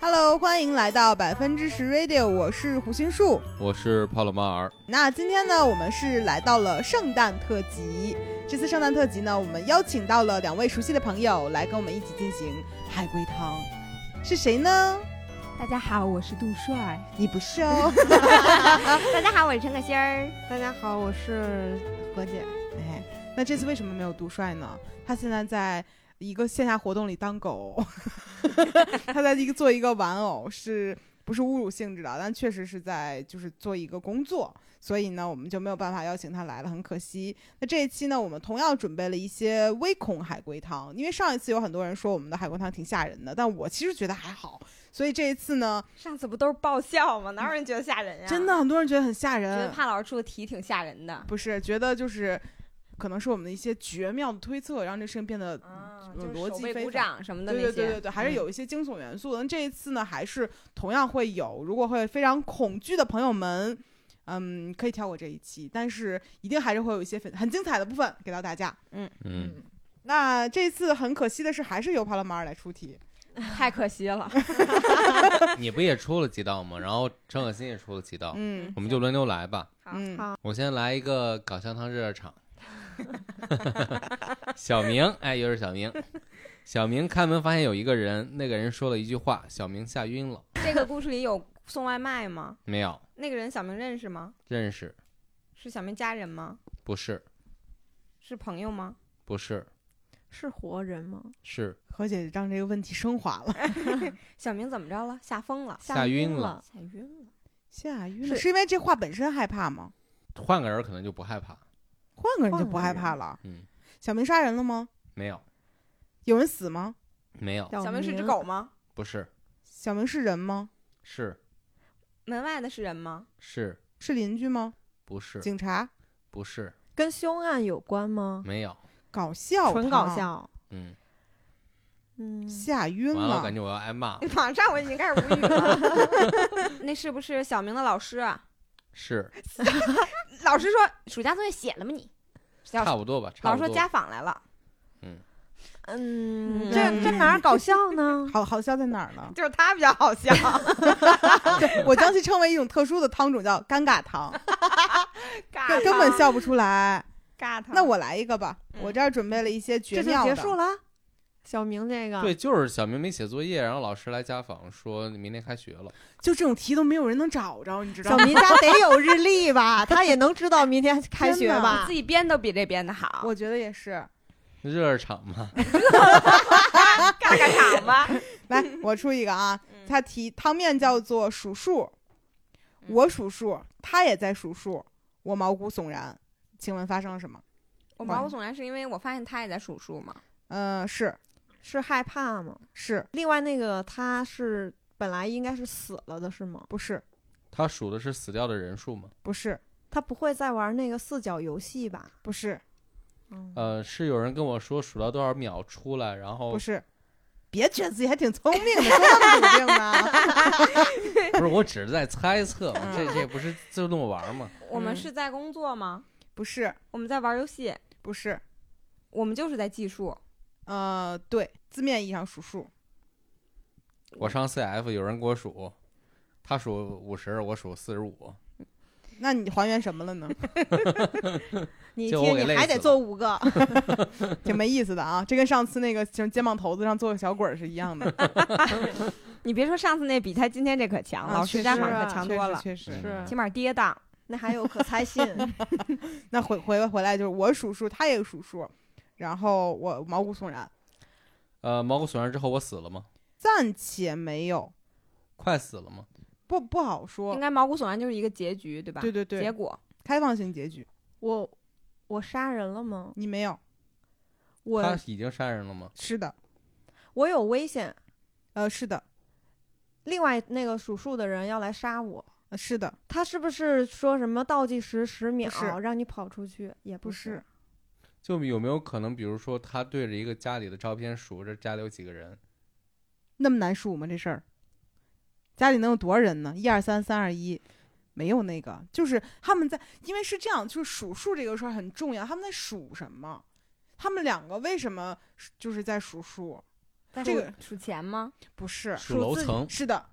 Hello，欢迎来到百分之十 Radio，我是胡心树。我是帕洛马尔。那今天呢，我们是来到了圣诞特辑。这次圣诞特辑呢，我们邀请到了两位熟悉的朋友来跟我们一起进行海龟汤，是谁呢？大家好，我是杜帅。你不是哦， 大家好，我是陈可欣儿。大家好，我是何姐。哎，那这次为什么没有杜帅呢？他现在在一个线下活动里当狗， 他在一个做一个玩偶，是不是侮辱性质的？但确实是在就是做一个工作，所以呢，我们就没有办法邀请他来了，很可惜。那这一期呢，我们同样准备了一些微恐海龟汤，因为上一次有很多人说我们的海龟汤挺吓人的，但我其实觉得还好，所以这一次呢，上次不都是爆笑吗？哪有人觉得吓人呀、嗯真的，很嗯多人觉得很吓人，啊觉得帕老师出的题挺吓人的。不是，觉得就是可能是我们的一些绝妙的推测，让这事情变得。啊嗯就是逻辑手背非鼓凡掌什么的那对些。嗯对对对对，还是有一些惊悚元素的。那这一次呢，还是同样会有，如果会非常恐惧的朋友们，嗯，可以跳过这一期，但是一定还是会有一些很很精彩的部分给到大家。嗯，那这次很可惜的是，还是由帕拉马尔来出题。嗯太可 惜了。嗯你不也出了几道吗？然后陈可辛也出了几道，嗯我们就轮流来吧。好嗯，好我先来一个搞笑汤热热场。小明，哎，又是小明。小明开门发现有一个人，那个人说了一句话，小明吓晕了。这个故事里有送外卖吗？没有那个人小明认识吗？认识，是小明家人吗？不是，是朋友吗？不是，是活人吗？是何姐让这个问题升华了，小明怎么着了？吓疯了，吓晕了了，吓晕了。吓晕了，是是因为这话本身害怕吗？换个人可能就不害怕。换个人就换不个害人怕了。嗯，小明杀人了吗？没有，有人死吗？没有，小明是只狗吗？不是，小明是人吗？是门外的是人 吗？是是邻居吗？不是警察？不是跟凶案有关吗？没有。搞笑，纯搞，笑，嗯，嗯，吓晕完了，了。？我感觉我要挨骂了。网上我已经开始无语了。 那是不是小明的老师啊？是老师说暑假作业写了吗你？小差不多吧，差老不师多。说家访来了，嗯，嗯？这这哪儿搞笑呢 好好笑在哪儿呢就是他比较好 笑。啊对我将其称为一种特殊的汤种，叫尴尬汤，根根本笑不出来。尬他那我来一个吧，嗯我这儿准备了一些绝这就妙的。结束了。小明这个对，就是小明没写作业，然后老师来家访说明天开学了。就这种题都没有人能找着，你知道小吗？明家得有日历 吧？他也能知道明天开学天你吧自？己编都比这编的好。我觉得也是。热热场嘛， 尬尬场吧。 来，我出一个啊，嗯它题汤面叫做数数，嗯我数数，他也在数数，我毛骨悚然。请问发生了什么？我毛骨悚然是因为我发现他也在数数嘛。嗯、是是害怕吗？是另外那个他是本来应该是死了的，是吗？不是他数的是死掉的人数嘛？不是他不会再玩那个四角游戏吧？不是嗯，呃，是有人跟我说数到多少秒出来，然后不是？别觉得自己还挺聪明的，说那么笃定呢。 不是，我只是在猜测嘛，嗯这这不是就那么玩嘛？我们是在工作吗？不是，我们在玩游戏，不是，我们就是在计数。呃，对，字面意义上数数，我上 CF 有人给我数，他数五十，我数四十五，那你还原什么了呢？ 你一就我天给你累还死得了做五个， 挺没意思的啊，这跟上次那个就是肩膀头子上做个小鬼儿是一样 的，你别说上次那比他今天这可强，啊老确师家实访啊可强多了，确实。确实嗯起码跌宕。那还有可猜性。那回回回来就是我数数，他也数数，然后我毛骨悚然，呃，毛骨悚然之后我死了吗？暂且没有，快死了吗？不不好应说，该毛骨悚然就是一个结局，对吧？对对结对，果开放性结局， 我我杀人了吗？你没有，他我已经杀人了吗？是的，我有危险，呃，是的，另外那个数数的人要来杀我，呃是的，他是不是说什么倒计时十秒不是让你跑出去？也不是是，，就有没有可能，比如说他对着一个家里的照片数着家里有几个人？那么难数吗？这事儿，家里能有多少人呢？一二三，三二一，没有那个，就是他们在，因为是这样，就是数数这个事儿很重要。他们在数什么？他们两个为什么是就是在数数？在这数个数钱吗？不是数楼自己层是的，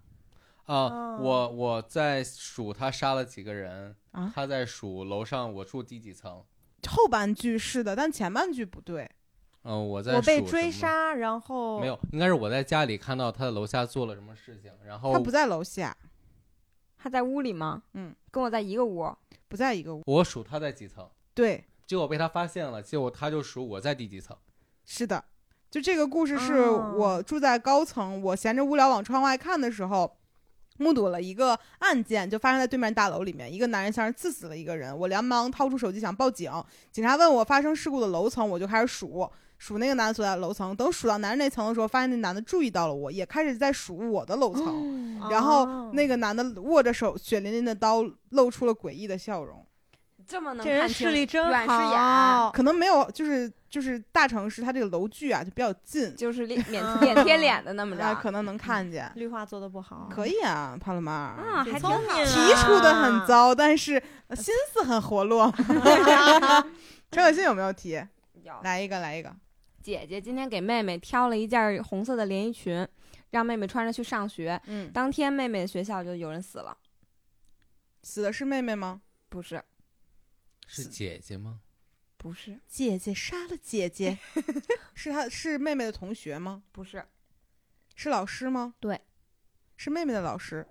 啊，我我在数他杀了几个人啊，他在数楼上我住第几层，后半句是的，但前半句不对。嗯，我在我被数追什么，杀，然后没有，应该是我在家里看到他在楼下做了什么事情，然后他不在楼下，他在屋里吗？嗯，跟我在一个屋。不在一个屋。我数他在几层，对，结果被他发现了，结果他就数我在第几层，是的，就这个故事是哦我住在高层，我闲着无聊往窗外看的时候，目睹了一个案件，就发生在对面大楼里面，一个男人像是刺死了一个人，我连忙掏出手机想报警，警察问我发生事故的楼层，我就开始数。数那个男的所在的楼层，等数到男人那层的时候，发现那男的注意到了我，也开始在数我的楼层。哦哦然后那个男的握着手血淋淋的刀，露出了诡异的笑容。这么能这人看清视力真远视眼，好，可能没有，就是就是大城市，它这个楼距啊就比较近，就是脸脸啊脸贴脸的那么嗯啊，着。可能能看见。绿化做的不好，可以啊，帕洛马尔。嗯，还挺聪好明的。题出的很糟，但是呃心思很活 络。陈可辛有没有题？有来一个，来一个。姐姐今天给妹妹挑了一件红色的连衣裙，让妹妹穿着去上学。嗯，当天妹妹的学校就有人死了，死的是妹妹吗？不是，是姐姐吗？不是，姐姐杀了姐姐， 是她是妹妹的同学吗？不是，是老师吗？对，是妹妹的老师。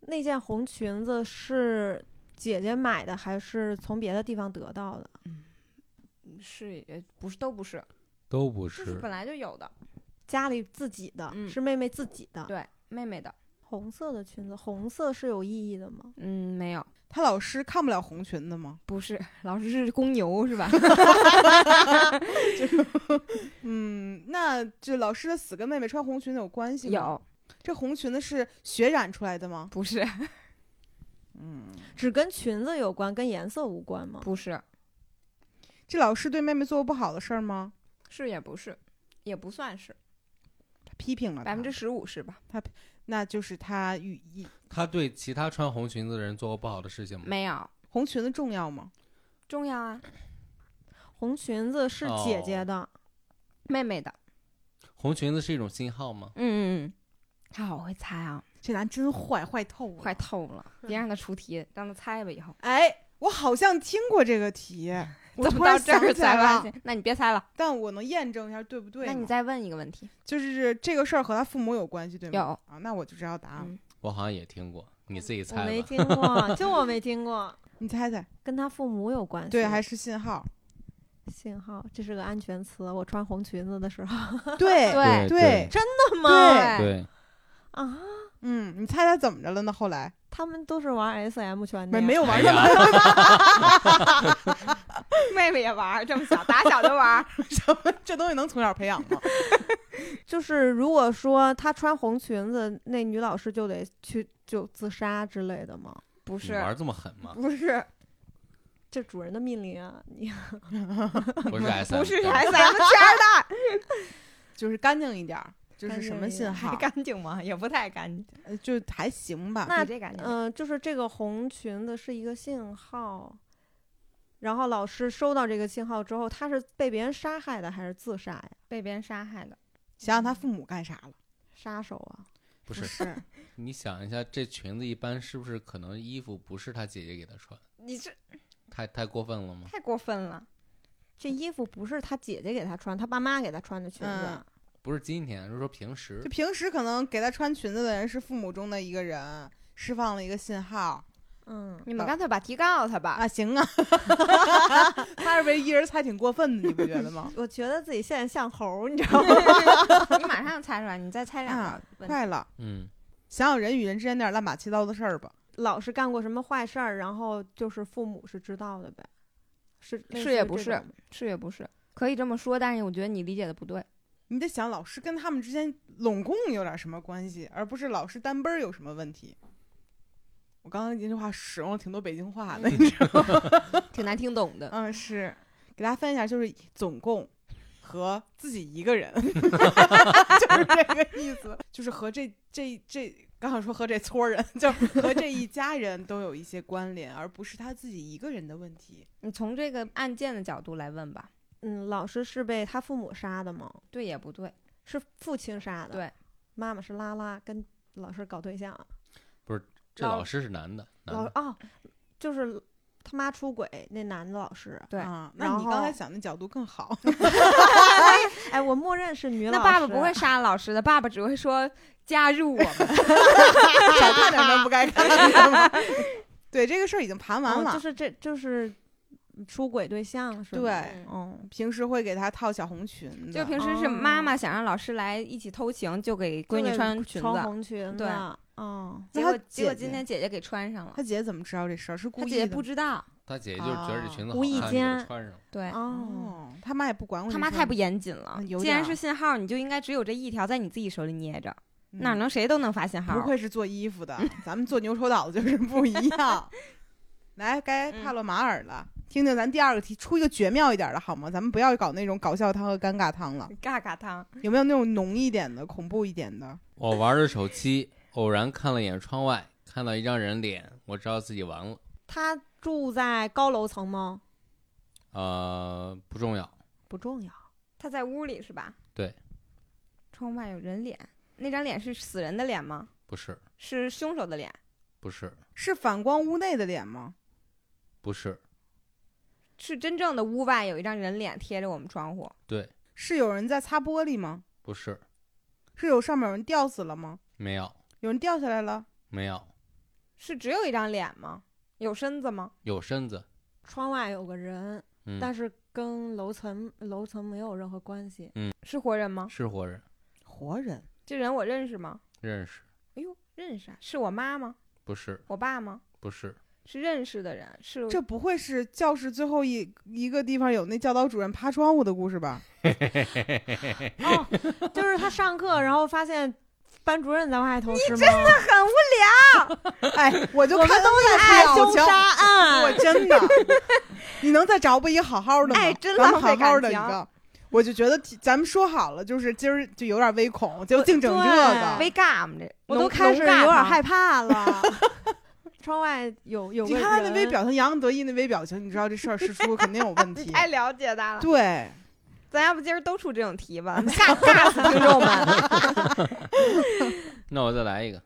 那件红裙子是姐姐买的还是从别的地方得到的？嗯是也不是，都不是，都不就是是本，来就有的，家里自己的，嗯是妹妹自己的。对，妹妹的，红色的裙子，红色是有意义的吗？嗯，没有，她老师看不了红裙子吗？不是，老师是公牛是吧？嗯，那这老师的死跟妹妹穿红裙子有关系吗？。 有，这红裙子是血染出来的吗？ 不是，嗯，只跟裙子有关，跟颜色无关吗？不是，这老师对妹妹做过不好的事儿吗？是也不是，也不算是，他批评了她百分之十五是吧？那就是她与一他对其他穿红裙子的人做过不好的事情吗？没有，红裙子重要吗？重要啊，红裙子是姐哦姐的，妹妹的，红裙子是一种信号吗？嗯嗯嗯，他好会猜啊，这男真坏，坏透了。快透了，别让他出题，让他猜吧，以后。哎，我好像听过这个题，我 怎么突到然这想儿起来才发了，现？那你别猜了，但我能验证一下对不对吗？那你再问一个问题。就是这个事儿和他父母有关系，对吗？有啊，那我就知道答案了。嗯我好像也听过，你自己我猜没吧。听 过，就我没听过，你猜猜，跟她父母有关系。对还是信号？信号，这是个安全词。我穿红裙子的时候，对对对，真的吗？对对，啊，嗯，你猜他怎么着了呢？后来他们都是玩 SM 圈没的呀，没有啊玩哎什么呀，妹妹也玩儿，这么小，打小就玩儿。什么， 这东西能从小培养吗？就是如果说她穿红裙子，那女老师就得去就自杀之类的吗？ 不你玩这么狠 吗？不是，这主人的命令啊！你不是 S，不是 S M 圈就是干净一点儿，就是什么信的，还 号？干净吗？也不太干净，呃就还行吧。那比这干净。嗯、就是这个红裙子是一个信号，然后老师收到这个信号之后，她是被别人杀害的还是自杀呀？被别人杀害的，想想他父母干啥了？杀手啊！不是，是，你想一下，这裙子一般是不是可能衣服不是他姐姐给他穿？你这太太过分了吗？太过分了。这衣服不是她姐姐给她穿，她爸妈给她穿的裙子。啊嗯不是今天，就是说平时就。平时可能给他穿裙子的人是父母中的一个人，释放了一个信号嗯，你们干脆把题告诉他吧。 啊，行啊， 他是唯一人猜挺过分的，你不觉得 ？吗我觉得自己现在像猴儿，你知道吗？ 你马上猜出来，你再猜两啊个问题。快了，嗯，想想人与人之间那点乱八七糟的事儿吧。老是干过什么坏事儿，然后就是父母是知道的呗。是类是似于也不这是种吗是也不是？可以这么说，但是我觉得你理解的不对。你得想老师跟他们之间拢共有点什么关系，而不是老师单奔儿有什么问题。我刚刚一句话使用了挺多北京话的，你知道吗挺难听懂的。嗯，是给大家分一下，就是总共和自己一个 人，就是这个意思，就是和这这这，刚想说和这撮儿人，就是和这一家人都有一些关联，而不是他自己一个人的问题。你从这个案件的角度来问吧，嗯，老师是被他父母杀的吗？对也不对，是父亲杀的，对，妈妈是拉拉跟老师搞对象，这老老师是男的，男老的哦，就是他妈出轨那男的老 师，对啊，那然你刚才后想的角度更好。哎，我默认是女老那师，爸爸不会杀老师的，爸爸只会说加入我们。 少看点那不该看的节目。 对，这个事儿已经盘完嗯了。就是这就是出轨对象是吧？对，嗯，平时会给他套小红裙子，就平时是妈妈想让老师来一起偷情，就给闺女穿裙长子。红裙对子，嗯，那结他果结姐姐果今天姐姐给穿上了，他姐怎么知道这事儿？是故她意的姐姐不吗知道。他姐姐就是觉得这裙子啊好无意看，间就穿上了。对，哦，哦，他妈也不管我这他事儿。妈太不严谨了嗯有。既点然儿是信号，你就应该只有这一条在你自己手里捏着，嗯哪能谁都能发信号不？愧是做衣服嗯的，咱们做牛头岛的就是 不一 样。来，该嗯帕洛马尔了，听听咱第二个题，出一个绝妙一点的好吗？咱们不要搞那种搞笑汤和尴尬汤 了，嘎嘎汤，有没有那种浓一点的、恐怖一点的？我玩着手机，偶然看了眼窗外，看到一张人脸，我知道自己完了。他住在高楼层吗？呃，不重要，不重要，他在屋里是吧？对。窗外有人脸，那张脸是死人的脸吗？不是，是凶手的脸？不是，是反光屋内的脸吗？不是，是真正的屋外有一张人脸贴着我们窗户，对，是有人在擦玻璃吗？不是，是有上面有人吊死了吗？没有，有人掉下来了，没有，是只有一张脸吗？有身子吗？有身子，窗外有个人，嗯，但是跟楼层楼层没有任何关系。是活人吗？是活人，活人。这人我认识吗？认识，哎呦，认识啊！是我妈吗？不是，我爸吗？不是，是认识的人，是这不会是教室最后一一个地方有那教导主任趴窗户的故事吧？ 哦，就是他上课，然后发现班主任在外头是吗？很无哎，我就看都爱在凶杀嗯案， 我真的，你能再找不一个好好的吗？哎真咱们浪费好好的感一情个。我就觉得咱们说好了，就是今儿就有点微恐，就净整这聊，个对。没尬嘛这。我都农开始有点，害农怕 了。窗外有有个你看他那人微表情，洋洋得意那微表情，你知道这事儿事出肯定有问尬嘛 题。 太了解他了。对，咱要不今儿都出这种题吧，吓尬死听众们。那我再来一个，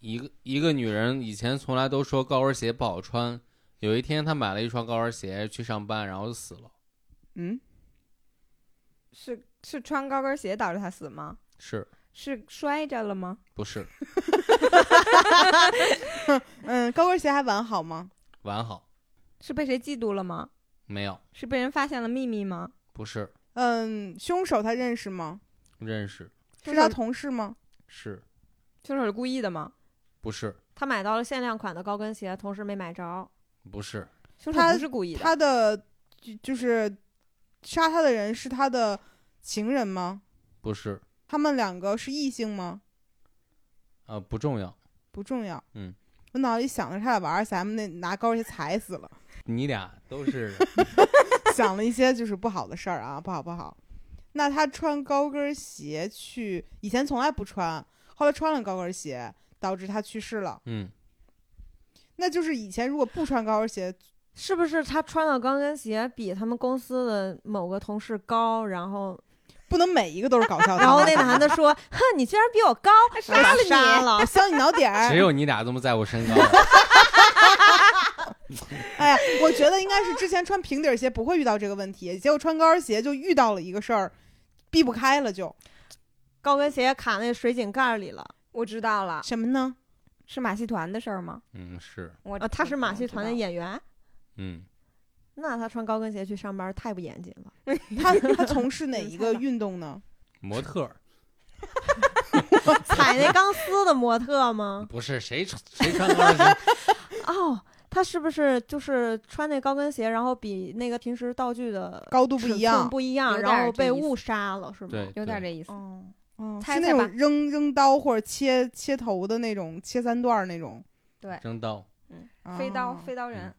一个一个女人以前从来都说高跟鞋不好穿，有一天她买了一双高跟鞋去上班，然后就死了，嗯， 是是穿高跟鞋导致他死吗？是是摔着了吗？不是嗯，高跟鞋还完好吗？完好？是被谁嫉妒了吗？没有，是被人发现了秘密吗？不是，嗯，凶手他认识吗？认识，是他同事吗？是凶手是故意的吗？不是？他买到了限量款的高跟鞋，同时没买着。不是，凶手他不是故意的，他的就就是杀他的人是他的情人吗？不是，他们两个是异性吗？啊，不重要，不重要。嗯，我脑子里想的是他俩玩 SM 那拿高跟鞋踩死了， 你俩都是想了一些就是不好的事儿啊，不好不好。那他穿高跟鞋去，以前从来不穿，后来穿了高跟鞋，导致他去世了。 嗯，那就是以前如果不穿高跟鞋，是不是他穿的高跟鞋比他们公司的某个同事高？然后，不能每一个都是 搞笑的。然后那男的说：“哼，你居然比我高，杀了我你杀了 我削你脑点哎儿， 只有你俩这么在乎身高。哎呀，我觉得应该是之前穿平底鞋不会遇到这个问题，结果穿高跟鞋就遇到了一个事儿，避不开了就高跟鞋卡那水井盖里了。我知道了，什么呢？是马戏团的事儿吗？嗯，是，我”啊，他是马戏团的，我演员，嗯，那他穿高跟鞋去上班太不严谨 了。他他从事哪一个运动呢？模特儿踩那钢丝的模特嗯吗？不是谁穿谁穿高跟鞋？ 哦，他是不是就是穿那高跟鞋，然后比那个平时道具的高度尺不寸一样，不一样，有然点后这被意思误杀了，是吗？对，有点对这意思。哦，哦，猜是那猜吧种扔扔刀或者切切头的那种，切三段儿那种扔刀，飞刀，哦飞刀人，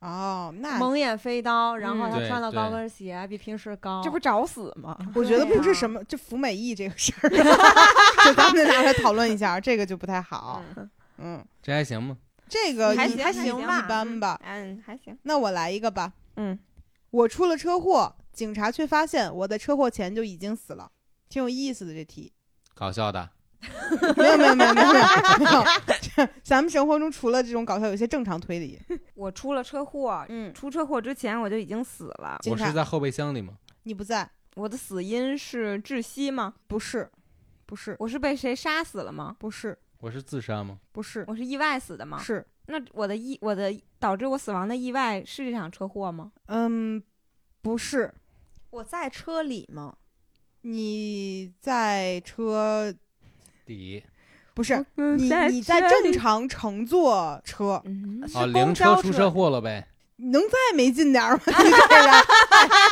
哦，那蒙眼飞刀，然后嗯他对穿了高对跟鞋，比平时高，这不找死吗？我觉得对不是啊什么，这服美役这个事儿， 就咱们拿出来讨论一下，这个就不太好。嗯嗯，这还行吗？这个呃还一行还还行吧，行吧一般吧。嗯，还行。那我来一个吧。嗯，我出了车祸，警察却发现我在车祸前就已经死了。挺有意思的这题。搞笑的，没有没有没有没有没有，没有 这咱们生活中除了这种搞笑，有一些正常推理。我出了车祸，嗯，出车祸之前我就已经死了，警我察是在后备箱里吗？你不在，我的死因是窒息吗？不是，不是，我是被谁杀死了吗？不是，我是自杀吗？不是，我是意外死的吗？是，那我的意我的导致我死亡的意外是这场车祸吗？嗯，不是，我在车里吗？你在车底不是你你嗯在正常乘坐车，嗯，是哦，公灵交车出车祸了呗？你能再没劲点儿吗？你 这人，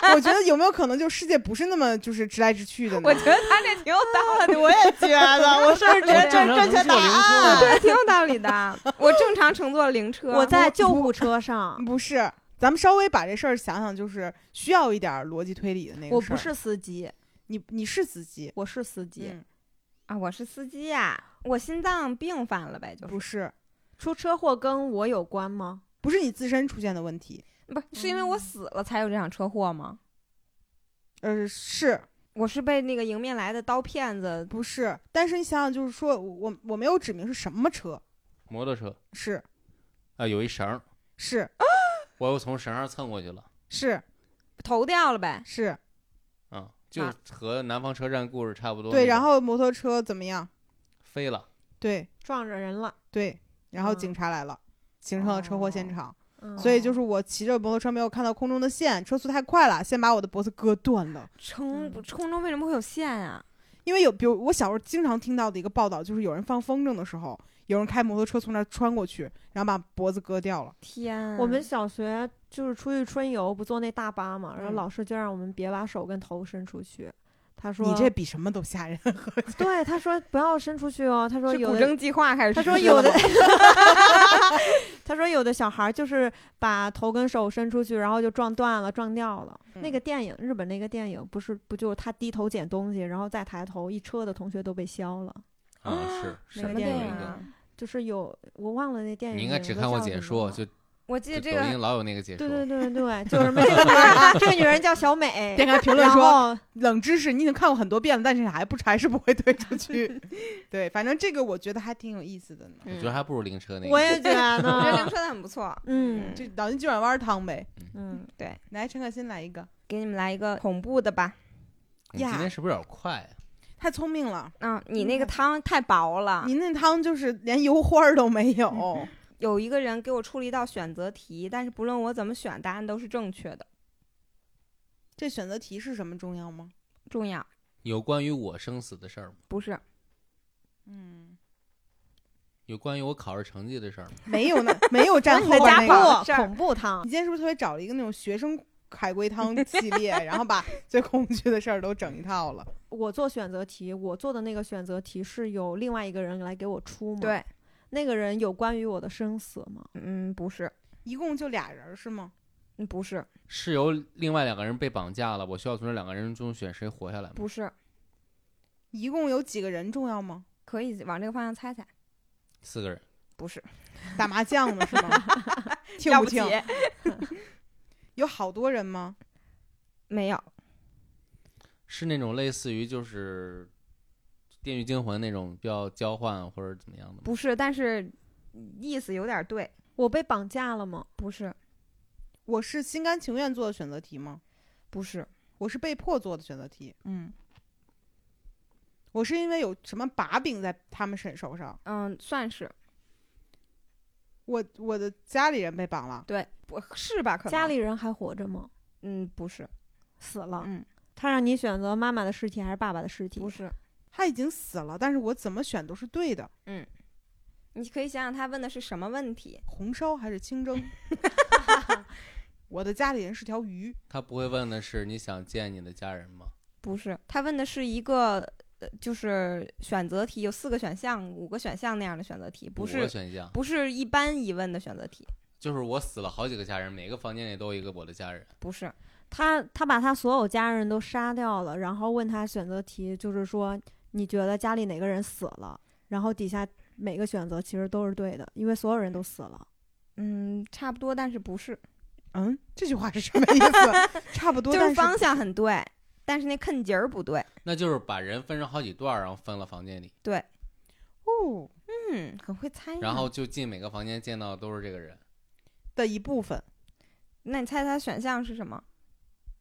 哎我觉得有没有可能就世界不是那么就是直来直去的呢？ 我觉 得他这挺有道理，我也觉得， 我是觉得这是正啊确答案对，挺有道理的。我正常乘坐灵车，我在救护车上，不是，咱们稍微把这事儿想想，就是需要一点儿逻辑推理的那个我事不儿是司机，你，你是司机，我是司机，嗯啊，我是司机呀、我心脏病犯了呗，就是不是，出车祸跟我有关吗？不是你自身出现的问题，不是是因为我死了才有这场车祸吗？呃，是我是被那个迎面来的刀片子，不是？但是你想想，就是说我我没有指明是什么车，摩托车是啊，有一绳儿，是我又从绳上蹭过去了。是头掉了呗。是，嗯，就和南方车站故事差不多那对，种。然后摩托车怎么样？飞了，对撞着人了，对，然后嗯警察来了，形成了车祸现哦场。嗯所以就是我骑着摩托车没有看到空中的线，车速太快了，先把我的脖子割断了。乘嗯空中为什么会有线啊？因为有，比如我小时候经常听到的一个报道，就是有人放风筝的时候，有人开摩托车从那儿穿过去，然后把脖子割掉了。天啊，嗯我们小学就是出去春游，不坐那大巴嘛，然后嗯老师就让我们别把手跟头伸出去。他说：“你这比什么都吓人。 对，他说不要伸出去哦。他说是有古的筝计划开始他实说施了有的吗， 他说有的小孩就是把头跟手伸出去，然后就撞断了、撞掉了。那嗯个电影，日本那个电影不是不就是他低头捡东西，然后再抬头，一车的同学都被削了。啊，是什什么么电有影一啊个？？就是有我忘了那电影，你应该只看过解说，就我记得就这抖个音老有那个解对说。对对对，就是那个女人，这个女人叫小美。 点开评论 然说后冷知识，你已经看过很多遍了，但是你还不还是不会推出 去。对，反正这个我觉得还挺有意思的嗯呢。我觉得还不如灵车那我个。也觉我 觉得灵得，车的很不错。嗯就脑筋急转弯汤呗。嗯，对，来，陈可辛来一个，给你们来一个恐怖的吧。你今天是不是有点快啊？太聪明了， 嗯，你那个汤太薄了。您那汤就是连油花儿都没有。有一个人给我出了一道选择题，但是不论我怎么选，答案都是正确的。 这选择题是什么重要吗？重要有关于我生死的事儿吗？不是嗯，有关于我考试成绩的事儿吗？ 没有呢，没有然占后后你的 那家个。宝的事伙儿恐怖汤你，今天是不是特别找了一个那种学生海龟汤系列，然 后把最恐惧的事儿都整一套了？我做选择题，我做的那个选择题是有另外一个人来给我出吗？，对，那个人有关于我的生死吗？嗯，不是，一共就俩人儿是吗？嗯不是，是由另外两个人被绑架了，我需要从这两个人中选谁活下来吗？不是，一共有几个人重要吗？可以往这个方向猜猜，四个人，不是，打麻将呢是 吗？听要听？起有好多人吗？没有，是那种类似于就是《电锯惊魂》那种需要交换或者怎么样的吗？不是，但是意思有点对，我被绑架了吗？不是，我是心甘情愿做的选择题吗？不是，我是被迫做的选择题。嗯，我是因为有什么把柄在他们身手上，嗯，算是我我的家里人被绑了，对，不是吧？可能家，里人还活着吗？嗯，不是，死了。嗯，他让你选择妈妈的尸体还是爸爸的尸体？不是，他已经死了，但是我怎么选都是对的。你可以想想他问的是什么问题，红烧还是清蒸？ 我的家里人是条鱼，他不会问的是你想见你的家人吗？不是，他问的是一个。呃就是选择题有四个选项、五个选项那样的选择题，不五个是选项，不是一般疑问的选择题，就是我死了好几个家人，每个房间里都有一个我的家人。不是，他他把他所有家人都杀掉了，然后问他选择题，就是说你觉得家里哪个人死了？然后底下每个选择其实都是对的，因为所有人都死了。嗯，差不多，但是不是，嗯，这句话是什么意思？差不多， 就但是方向很对，但是那坑节儿不对。那就是把人分成好几段儿，然后分了房间里，哦嗯，很会猜。然后，就进每个房间见到的都是这个人，的一部分。那你猜猜选项是什么？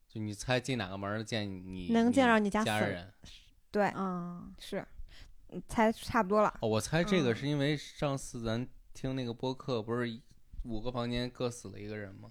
就你猜进哪个门儿见你能见着你家家死人。对，啊，是，你猜差不多了。哦，我猜这个嗯是因为上次咱听那个播客，不是五个房间各死了一个人吗？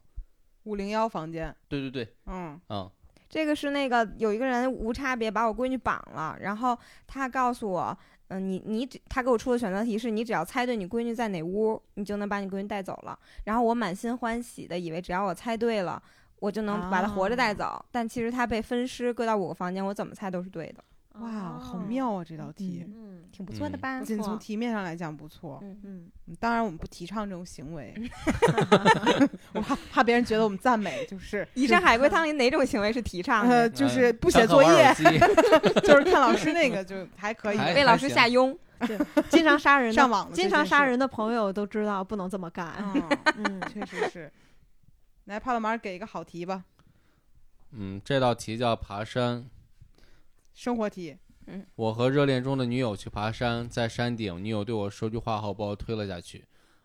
五零幺房间，对对对，嗯，嗯，这个是那个有一个人无差别把我闺女绑了，然后他告诉我，嗯、你你只他给我出的选择题是你只要猜对你闺女在哪屋，你就能把你闺女带走了。然后我满心欢喜的以为只要我猜对了，我就能把她活着带走，但其实她被分尸搁到五个房间，我怎么猜都是对的，哇，好哦，妙啊！这道题，嗯挺不错的嗯吧不？仅错从题面上来讲不错。嗯，嗯，嗯当然，我们不提倡这种行为，我怕怕别人觉得我们赞美， 就是以上海龟汤里哪种行为是提倡呃，的？就是不上写课作玩手业，机就是看老师那个就还可以，还为老师下庸，经常杀人的上网了经这常件杀事人的朋友都知道不能这么干。嗯，嗯，确实是。来，帕洛马尔给一个好题吧，嗯，这道题叫爬山。生活题。我和热恋中的女友去爬山，在山顶，女友对我说句话后把我推了下去，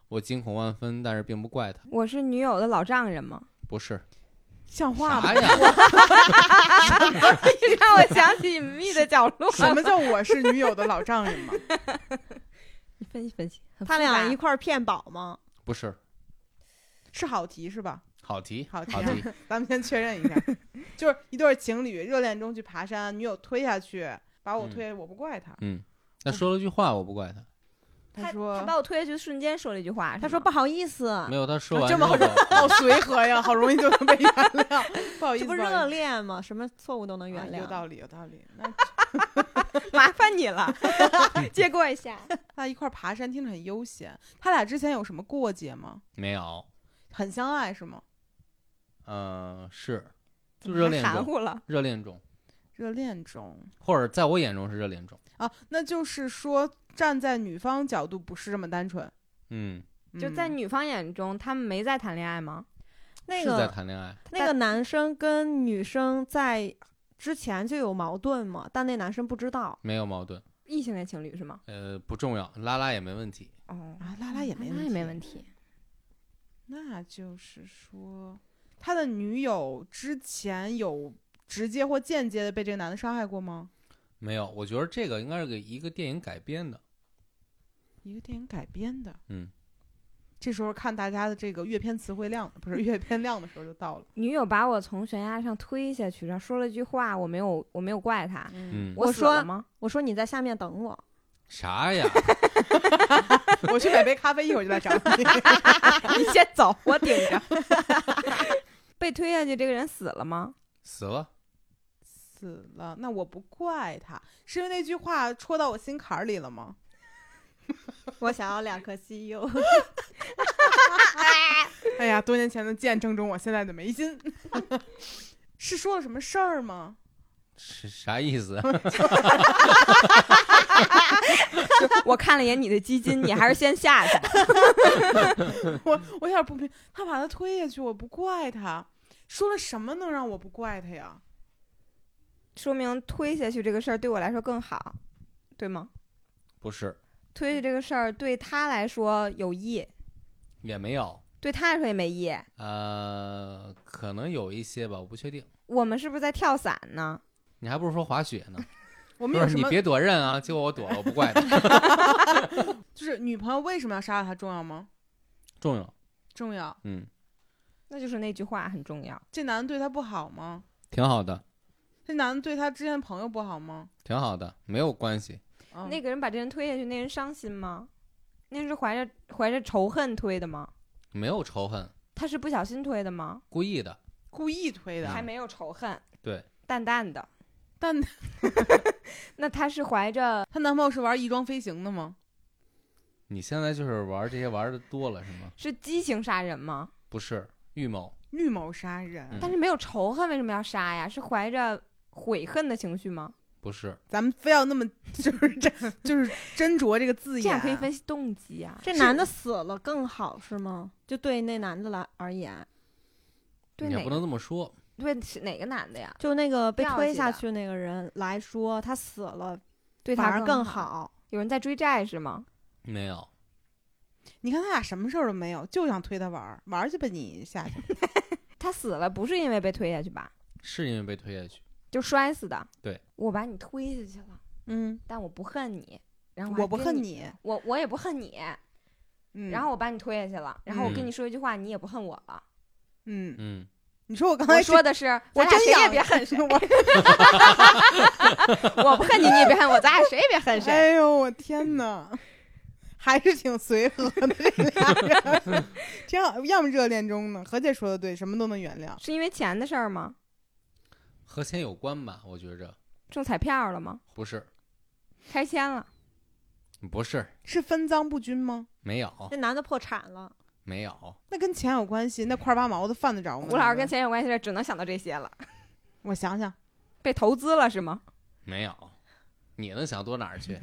我惊恐万分，但是并不怪她，我是女友的老丈人吗？不是像话吗啥？呀？ 让我想起隐秘的角落。什 么叫 我是女友的老丈人吗？你分析分析，他俩一块儿骗保嗯吗？不是，是好题是吧？好题，好题好啊题，咱们先确认一下，就是一对情侣热恋中去爬山，女友推下去，把我推，我不怪他。嗯，那说了句话，我不怪她，他说他把我推下去瞬间说了一句话，他是说吗不好意思没，有，她说完之啊这么后好好我，随和呀，好容易就能被原谅，不 好意这思，不不好热意思恋吗？什么错误都能原啊有谅。道理，有道理。那 麻烦你了，借过一下。那一块儿爬山听着很悠闲。他俩之前有什么过节吗？没有，很相爱是吗？嗯、是，就热恋含中，糊了，热恋中，热恋中或者在我眼中是热恋中，啊，那就是说站在女方角度不是这么单纯，嗯，就在嗯女方眼中，他们没在谈恋爱吗？那是在个谈恋爱，那个男生跟女生在之前就有矛盾嘛，但那男生不知道。没有矛盾，异性恋情侣是吗？呃，不重要，拉拉也没问题，哦，啊，拉拉也没那题也没问题。那就是说，他的女友之前有直接或间接的被这个男的伤害过吗？没有，我觉得这个应该是给一个电影改编的，一个电影改编的，嗯，这时候看大家的这个阅片词汇量，不是阅片量的时候就到了。女友把我从悬崖上推下去，然后说了句话，我没有，我没有怪她。嗯，我死了说吗？我说你在下面 等我，啥呀？我去买杯咖啡，一会儿就来找你。 你先走， 我顶着。被推下去这个人死了吗？死了，死了，那我不怪他，是因为那句话戳到我心坎儿里了吗？我想要两颗西柚。 哎呀，多年前的见证中我现在的眉心， 是说了什么事儿吗？是啥意思？ 我看了一眼你的基金，你还是先下去。 我我有点不明，他把他推下去，我不怪他，说了什么能让我不怪他呀？说明推下去这个事儿对我来说更好，对吗？不是，推下去这个事儿对他来说有益，也没有，对他来说也没益。呃，可能有一些吧，我不确定。我们是不是在跳伞呢？你还不如说滑雪呢，我不们有是什你么？别躲刃啊，结果我躲了，我不怪他。就是女朋友为什么要杀了他重要吗？重要，重要。嗯，那就是那句话很重要。这男的对他不好吗？挺好的，这男的对他之前的朋友不好吗？挺好的，没有关系，嗯、那个人把这人推下去，那人伤心吗？那是怀着怀着仇恨推的吗？没有仇恨，他是不小心推的吗？故意的，故意推嗯的还，没有仇恨，对，淡淡的。但那他是怀着她男朋友是玩翼装飞行的吗？你现在就是玩这些玩的多了是吗？是激情杀人吗？不是，预谋，预谋杀人，嗯但是没有仇恨，为什么要杀呀？是怀着悔恨的情绪吗？不是，咱们非要那么 就是这就是斟酌这个字眼，这样可以分析动机啊。这男的死了更好是吗？就对那男的来而言，对你哪也不个能这么说，对是哪个男的呀？就那个被掉推下下去去那个人来说，他死了对反他而更好。好。有人在追债是吗？没有，你看他俩什么事儿都没有，就想推他玩儿，玩儿去吧你下去。他死了不是因为被推下去吧？是因为被推下去。就摔死的。对，我把你推下去了，嗯，但我不恨你，然后还我不跟恨你，你，我我也不恨你，嗯，然后我把你推下去了，然后我跟嗯你说一句话，你也不恨我 了。嗯，嗯，你说我刚我才说的是，我咱俩真谁也想别恨谁， 我我不恨你，你也别恨我，咱俩谁也别恨谁。哎呦，我天 哪，还是挺随和的这俩人，挺好。要么热恋中呢，何姐说的对，什么都能原谅。是因为钱的事儿吗？和钱有关吧？我觉着中彩票了吗？不是，拆迁了？不是，是分赃不均吗？没有，那男的破产了，没有。那跟钱有关系？那块八毛的犯得着吗？吴老师跟钱有关系的，只能想到这些了。我想想，被投资了是吗？没有，你能想多哪儿去？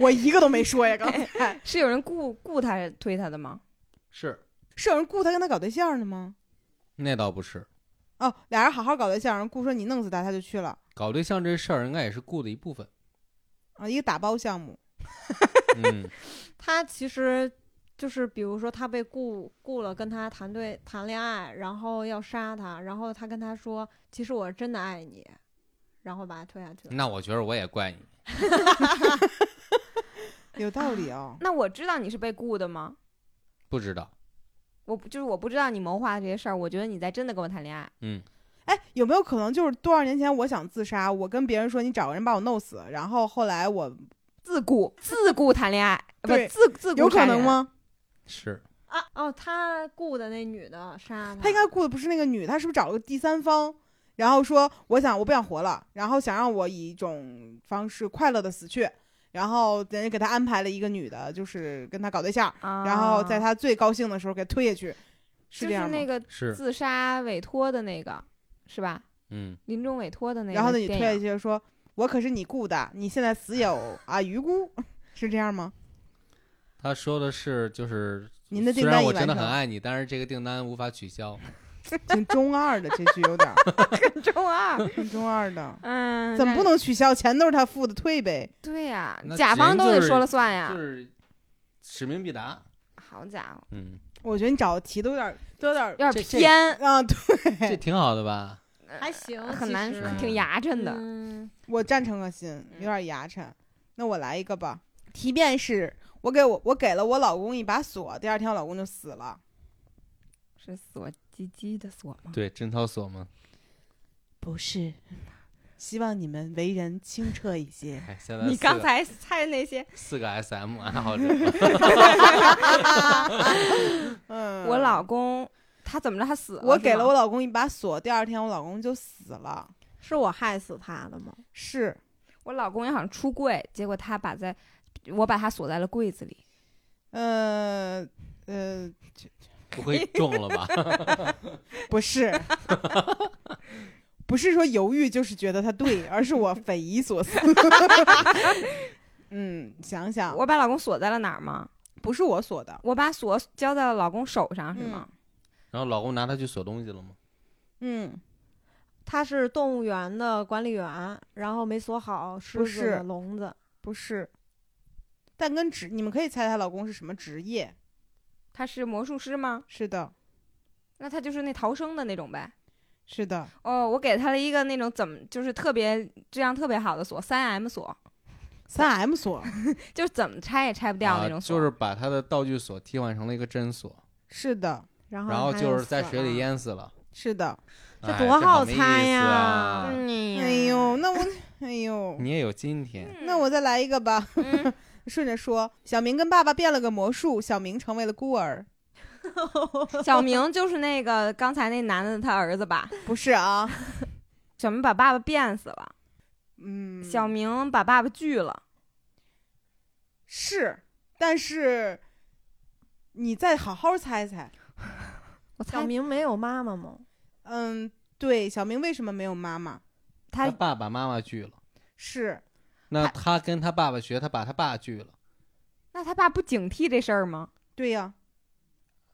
我一个都没说呀。刚才是有人雇雇他推他的吗？是，是有人雇他跟他搞对象呢吗？那倒不是。哦，俩人好好搞对象，人雇说你弄死他，他就去了搞对象这事儿应该也是雇的一部分。啊，一个打包项目。 嗯，他其实就是比如说他被雇雇了，跟他谈对谈恋爱，然后要杀他，然后他跟他说，其实我是真的爱你，然后把他推下去了。那我觉得我也怪你。有道理哦，那我知道你是被雇的吗？不知道，我不就是我不知道你谋划的这些事儿，我觉得你在真的跟我谈恋爱。嗯，哎，有没有可能就是多少年前我想自杀，我跟别人说你找个人把我弄死，然后后来我自雇，自雇谈恋爱，呃不对自自雇有可杀人能？吗？是啊哦，他雇的那女的啊杀他，他应该雇的不是那个女，他是不是找了个第三方？然后说我想我不想活了，然后想让我以一种方式快乐的死去，然后人家给他安排了一个女的，就是跟他搞对象，啊然后在他最高兴的时候给推下去，是这就是样吗？那个是，自杀委托的那个是吧？嗯，临终委托的那个。然后呢，你推下，去说我可是你雇的，你现在死 有啊余辜，是这样吗？他说的是就是，您的订虽然单已我完真的很成，爱你，但是这个订单无法取消。挺中二的这句有 点儿，中二。挺中二的，嗯，怎么不那？能取消？钱都是他付的，退呗。对呀、那甲方人都得就是说了算呀。就是使命必达。好家伙，嗯，我觉得你找的题都有点儿，都有点儿有这点这偏，啊，对这挺好的吧？还行，很其难实说，嗯挺牙碜的。嗯我赞成个心，嗯有点牙碜。那我来一个吧，题变是我给我我给了我老公一把锁，第二天我老公就死了，是锁鸡鸡的锁吗？ 对，贞操锁吗？不是。希望你们为人清澈一些。哎，现在你四刚个才猜那些，四个啊 SM 爱好者，嗯，我老公他怎么着？他死了？我给了我我老公一把锁，第二天我老公就死了。是我害死他的吗？是我老公也好像出柜，结果他把在我把他锁在了柜子里。呃呃，不会中了吧？ 不 是，不是说犹豫就是觉得他对，而是我匪夷所 思。嗯，想想，我把老公锁在了哪儿吗？不是我锁的，我把锁交在了老公手上嗯是吗？然后老公拿它去锁东西了吗？嗯，他是动物园的管理员，然后没锁好狮不子是的笼子，不是。但跟职，你们可以猜她老公是什么职业？他是魔术师吗？是的，那他就是那逃生的那种呗。是的，哦，我给他了一个那种怎么就是特别质量特别好的锁，三 M 锁，三 M 锁就是怎么拆也拆不掉啊那，种锁。就是把他的道具锁替换成了一个针锁，是的，然后然后他就是在死水里了。淹死了。是的。啊这哎多好好没意猜思呀啊嗯哎呦，那我，哎呦，你也有今天，那我再来一个吧。嗯 顺着说，小明跟爸爸变了个魔术，小明成为了孤儿。小明就是那个刚才那男的他儿子吧？不是啊，小明把爸爸变死了，嗯， 小明把爸爸拒了，是，但是你再好好猜猜，我小猜明没有妈妈吗？嗯，对，小明为什么没有妈妈？他他爸爸妈妈拒了，是那他跟他爸爸学，他把他爸拒了。那他爸不警惕这事儿吗？对呀、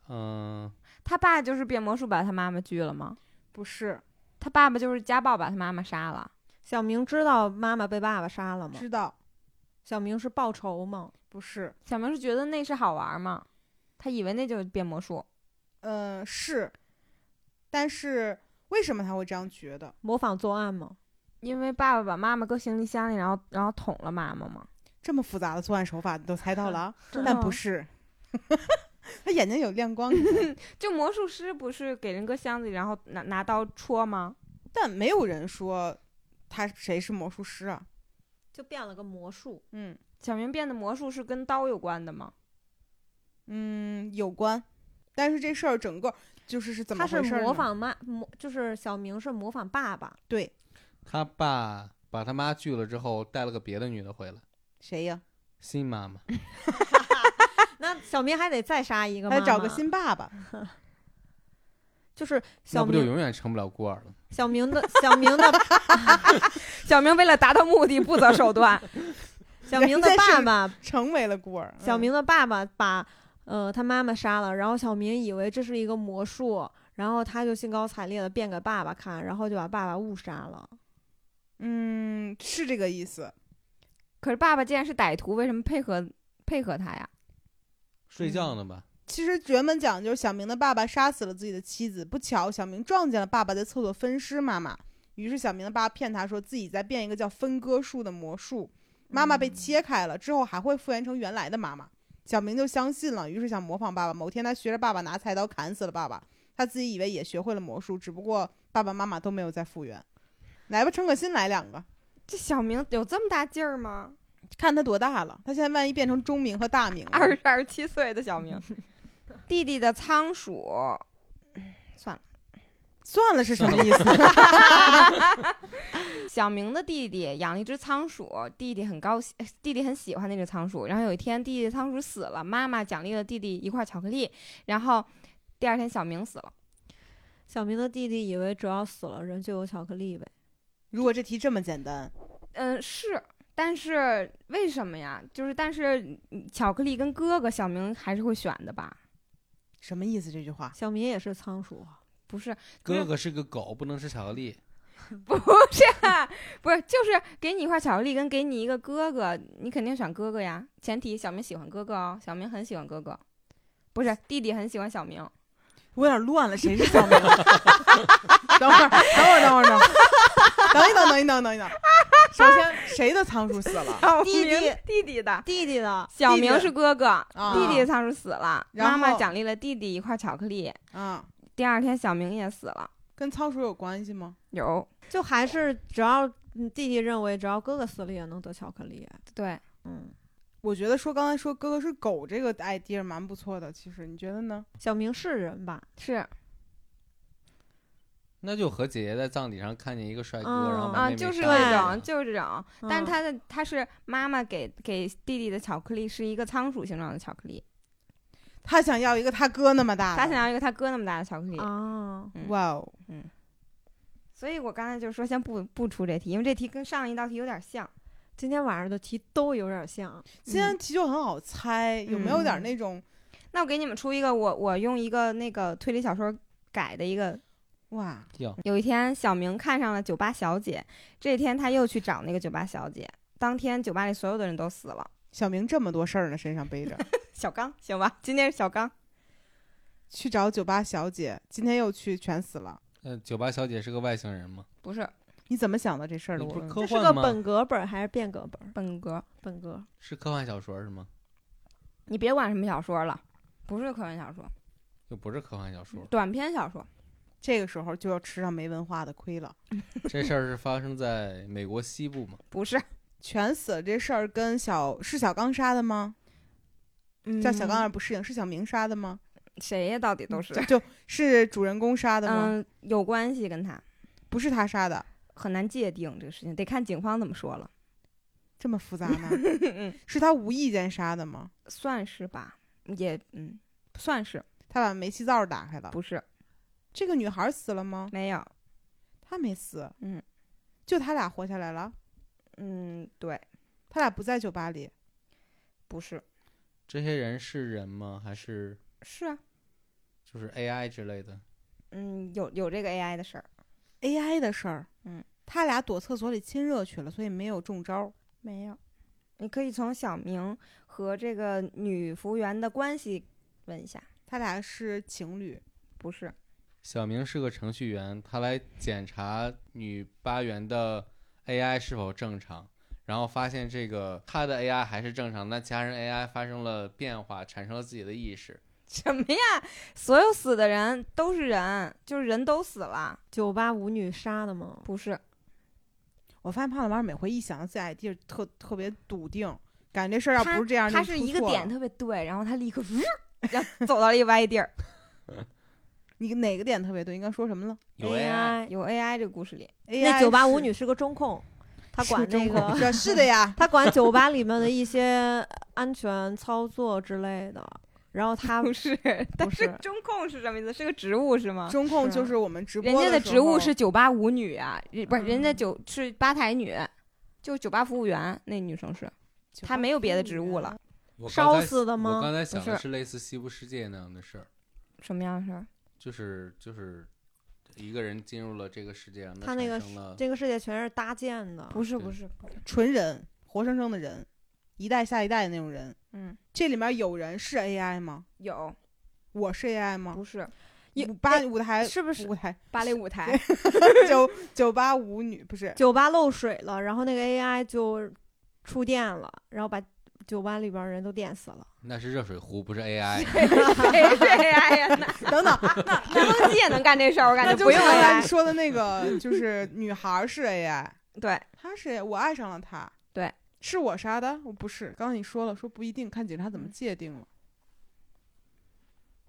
嗯，他爸就是变魔术把他妈妈拒了吗？不是，他爸爸就是家暴把他妈妈杀了，小明知道妈妈被爸爸杀了吗？知道小明是报仇吗？不是，小明是觉得那是好玩嘛，他以为那就是变魔术，嗯、是，但是为什么他会这样觉得？模仿作案吗？因为爸爸把妈妈搁行李箱里，然后然后捅了妈妈嘛。这么复杂的作案手法你都猜到了啊，真的哦但吗不是，嗯 他眼睛有亮光，就魔术师不是给人搁箱子里，然后拿拿刀戳吗？但没有人说他谁是魔术师啊。就变了个魔术，嗯小明变的魔术是跟刀有关的吗？嗯，有关，但是这事儿整个就是是怎么他是回事儿模呢仿妈模，就是小明是模仿爸爸，对他爸把他妈拒了之后，带了个别的女的回来，谁呀？新妈妈。嗯那小明还得再杀一个妈他妈，找个新爸爸。就是那小不就明永远成不了孤儿了？小明的小明 的小明为了达到目的不择手段， 小明的人家爸是嗯爸，成为了孤儿。小嗯明的爸爸把呃他妈妈杀了，然后小明以为这是一个魔术，然后他就兴高采烈的变给爸爸看，然后就把爸爸误杀了。嗯，是这个意思。可是爸爸既然是歹徒，为什么配合配合他呀？睡觉呢吧？其实原本讲就是小明的爸爸杀死了自己的妻子，不巧小明撞见了爸爸在厕所分尸妈妈，于是小明的爸爸骗他说自己在变一个叫分割术的魔术，妈妈被切开了之后还会复原成原来的妈妈，小明就相信了，于是想模仿爸爸。某天他学着爸爸拿菜刀砍死了爸爸，他自己以为也学会了魔术，只不过爸爸妈妈都没有再复原。来吧，陈可辛来两个，这小明有这么大劲儿吗？看他多大了。他现在万一变成中明和大明了，二十二十七岁的小 明，弟弟的仓鼠，算了。算了是什么意思？ 小明的弟弟养了一只仓鼠，弟弟很高兴，呃弟弟很喜欢那只仓鼠。然后有一天，弟弟的仓鼠死了，妈妈奖励了弟弟一块巧克力。然后第二天，小明死了。小明的弟弟以为只要死了人就有巧克力呗，如果这题这么简单，嗯，是，但是为什么呀？就是但是嗯巧克力跟哥哥，小明还是会选的吧？什么意思？这句话小明也是仓鼠啊，不是，哥哥是个狗，不能吃巧克力。不是啊，不是，就是给你一块巧克力跟给你一个哥哥，你肯定选哥哥呀。前提小明喜欢哥哥哦，小明很喜欢哥哥，不是弟弟很喜欢小明。我有点乱了，谁是小明？啊 等会儿，等会儿，等会儿，等会儿，等一等，等一等，等一等。首先，谁的仓鼠死了？小弟弟明弟弟的弟弟的小弟弟明是哥哥，啊弟弟的仓鼠死了，然妈后妈奖励了弟弟一块巧克力。啊，第二天小明也死了，跟仓鼠有关系吗？有就还是只要嗯弟弟认为只要哥哥死了也能得巧克力，对嗯，我觉得说刚才说哥哥是狗这个 idea 蛮不错的，其实你觉得呢？小明是人吧？是那就和姐姐在葬礼上看见一个帅哥，嗯然后把啊，妹妹就是杀了这种，就是这种，但嗯是他的他是妈妈给给弟弟的巧克力是一个仓鼠形状的巧克力，他想要一个他哥那么大的，他想要一个他哥那么大的巧克力，啊，哇哦，所以我刚才就说先不不出这题，因为这题跟上一道题有点像。今天晚上的题都有点嗯像，今天题就很好猜，有没有点那种那我给你们出一个我我用一个那个推理小说改的一个哇？有一天，小明看上了酒吧小姐。这一天，他又去找那个酒吧小姐。当天，酒吧里所有的人都死了。小明这么多事儿呢，身上背着，小刚，行吧，今天是小刚。去找酒吧小姐，今天又去全死了。呃，酒吧小姐是个外星人吗？不是你怎么想的这事儿的？你我嗯问不是科这是幻个吗？本格本儿还是变革本儿？本格，本格是科幻小说是吗？你别管什么小说了，不是科幻小说，又不是科幻小说，短篇小说。这个时候就要吃上没文化的亏了。这事儿是发生在美国西部吗？不是，全死了这事儿跟小是小刚杀的吗？叫小刚而不适应，是小明杀的吗？谁呀？到底嗯都是，嗯 就是主人公杀的吗？嗯，有关系跟他不是他杀的，很难界定这个事情，得看警方怎么说了。这么复杂呢？嗯 是他无意间杀的吗？算是吧，也嗯，算是他把煤气灶打开了。不是这个女孩死了吗？没有。她没死，嗯，就他俩活下来了。嗯，对，他俩不在酒吧里，不是，这些人是人吗？还是是啊，就是 AI 之类的？嗯，有有这个 AI 的事儿， AI 的事儿，嗯，他俩躲厕所里亲热去了，所以没有中招。没有。你可以从小明和这个女服务员的关系问一下， 他俩是情侣，不是？小明是个程序员，他来检查女八元的 AI 是否正常，然后发现这个他的 AI 还是正常，那其他人 AI 发生了变化，产生了自己的意识。什么呀？所有死的人都是人，就是人都死了，酒吧舞女杀的吗？不是？啊我发现胖老妈每回一想到自己 idea 特特别笃定，感觉这事儿要他不是这样，他就是出一个错了点特别对，然后他立刻，然后走到了一歪 地儿。你哪个点特别对？你刚说什么了有 AI，有哎 AI 这个故事里， ？AI 那酒吧是舞女是个中控，她管是中那控 个，，是是的呀 她管酒吧里面的一些安全操作之类的。然后她不是，但不是是中控是什么意思？是个职务是吗？中控是就是我们直播啊人家的时职务候是酒吧舞女啊，人不是人家嗯酒是吧台女，就酒吧服务员那女生是，酒她吧没有别的服务职务员了。我刚烧才死的我刚吗？才想的是是类似《西部世界》那样的事儿，什么样的事儿？就是就是一个人进入了这个世界，让他那个产生了这个世界全是搭建的，不是对不是不是，纯人，活生生的人，一代下一代的那种人。嗯，这里面有人是 AI 吗？有我是 AI 吗不？是一舞哎八舞台是不是舞 台芭蕾舞台，九九八舞女不是酒吧漏水了，然后那个 AI 就触电了，然后把酒吧里边人都电死了。 那是热水壶，不是 AI。谁是 AI 哎呀？哎那等等，那梦姬也能干这事儿，我感那觉就不是用刚才你 AI。说的那个，就是女孩儿是 AI，对，她是我爱上了她，对，是我杀的？我不是，刚刚你说了，说不一定，看警察怎么嗯界定了。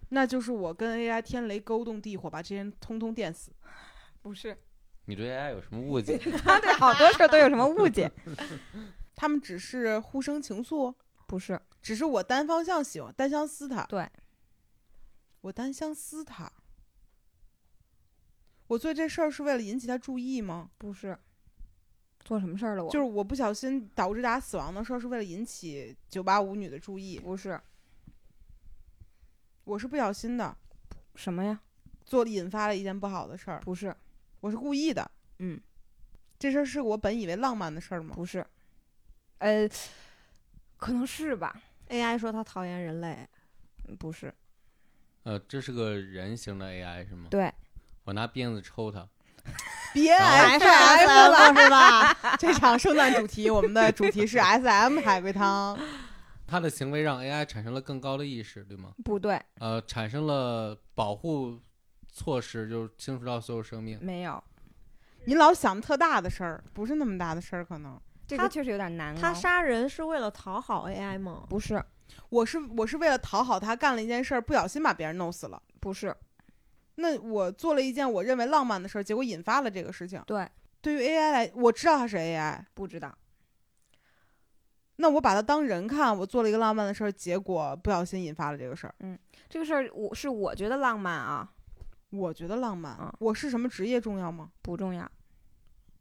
那就是我跟 AI 天雷勾动地火，把这些人通通电死。 不是，你对 AI 有什么误 解？他啊对好多事儿都有什么误解？他们只是互生情愫，不是，只是我单方向喜欢，单相思他。对，我单相思他。我做这事儿是为了引起他注意吗？不是，做什么事儿了我？就是我不小心导致大家死亡的时候，是为了引起九八五女的注意。不是我是不小心的，什么呀？做引发了一件不好的事儿，不是我是故意的。嗯，这事儿是我本以为浪漫的事儿吗？不是，呃，可能是吧， AI 说他讨厌人类，不是。呃，这是个人形的 AI 是吗？对，我拿鞭子抽它。别 S 然是 M 了，了是 吧？这场圣诞主题，我们的主题是 S M 海龟汤。它的行为让 AI 产生了更高的意识，对吗？嗯不对，呃，产生了保护措施，就是清除掉所有生命。没有，你老想特大的事儿，不是那么大的事儿，可能这他个确实有点难、哦。他杀人是为了讨好 AI 吗？不是我是我是为了讨好他干了一件事儿，不小心把别人弄死了。不是那我做了一件我认为浪漫的事儿，结果引发了这个事情。对，对于 AI 来，我知道他是 AI，不知道，那我把他当人看，我做了一个浪漫的事儿，结果不小心引发了这个事儿。这个事儿，我是我觉得浪漫啊，我觉得浪漫，嗯我是什么职业重要吗？不重要。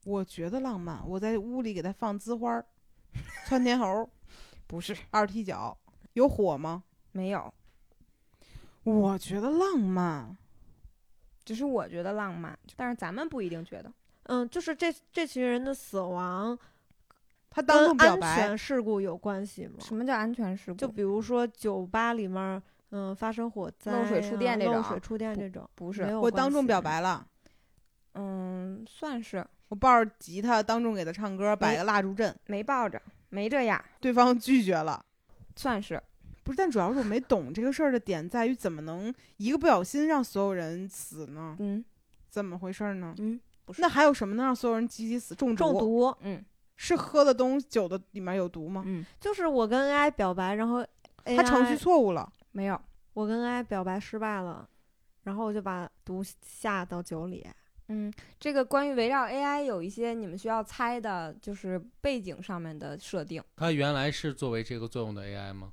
我觉得浪漫，我在屋里给他放滋花儿、窜天猴儿、不是二踢脚，有火吗？没有，我觉得浪漫，只是我觉得浪漫，但是咱们不一定觉得。嗯，就是这这群人的死亡他当众跟表安白，全事故有关系吗？什么叫安全事故？就比如说酒吧里面，嗯，发生火灾、漏水触电这这漏种水触电不种，不没是，有我当关众系表，白了，嗯，算是我抱着吉他当众给他唱歌，摆个蜡烛阵，没抱着，没这样，对方拒绝了。算是不是，但主要是我没懂这个事儿的点在于怎么能一个不小心让所有人死呢？嗯怎么回事儿呢？嗯那还有什么能让所有人集体死？中毒？中毒嗯是喝的东西酒的里面有毒哦吗？嗯，就是我跟 AI 表白，然后 AI, 他程序错误了，没有，我跟 AI 表白失败了，然后我就把毒下到酒里。嗯，这个关于围绕 AI 有一些你们需要猜的，就是背景上面的设定，它原来是作为这个作用的 AI 吗？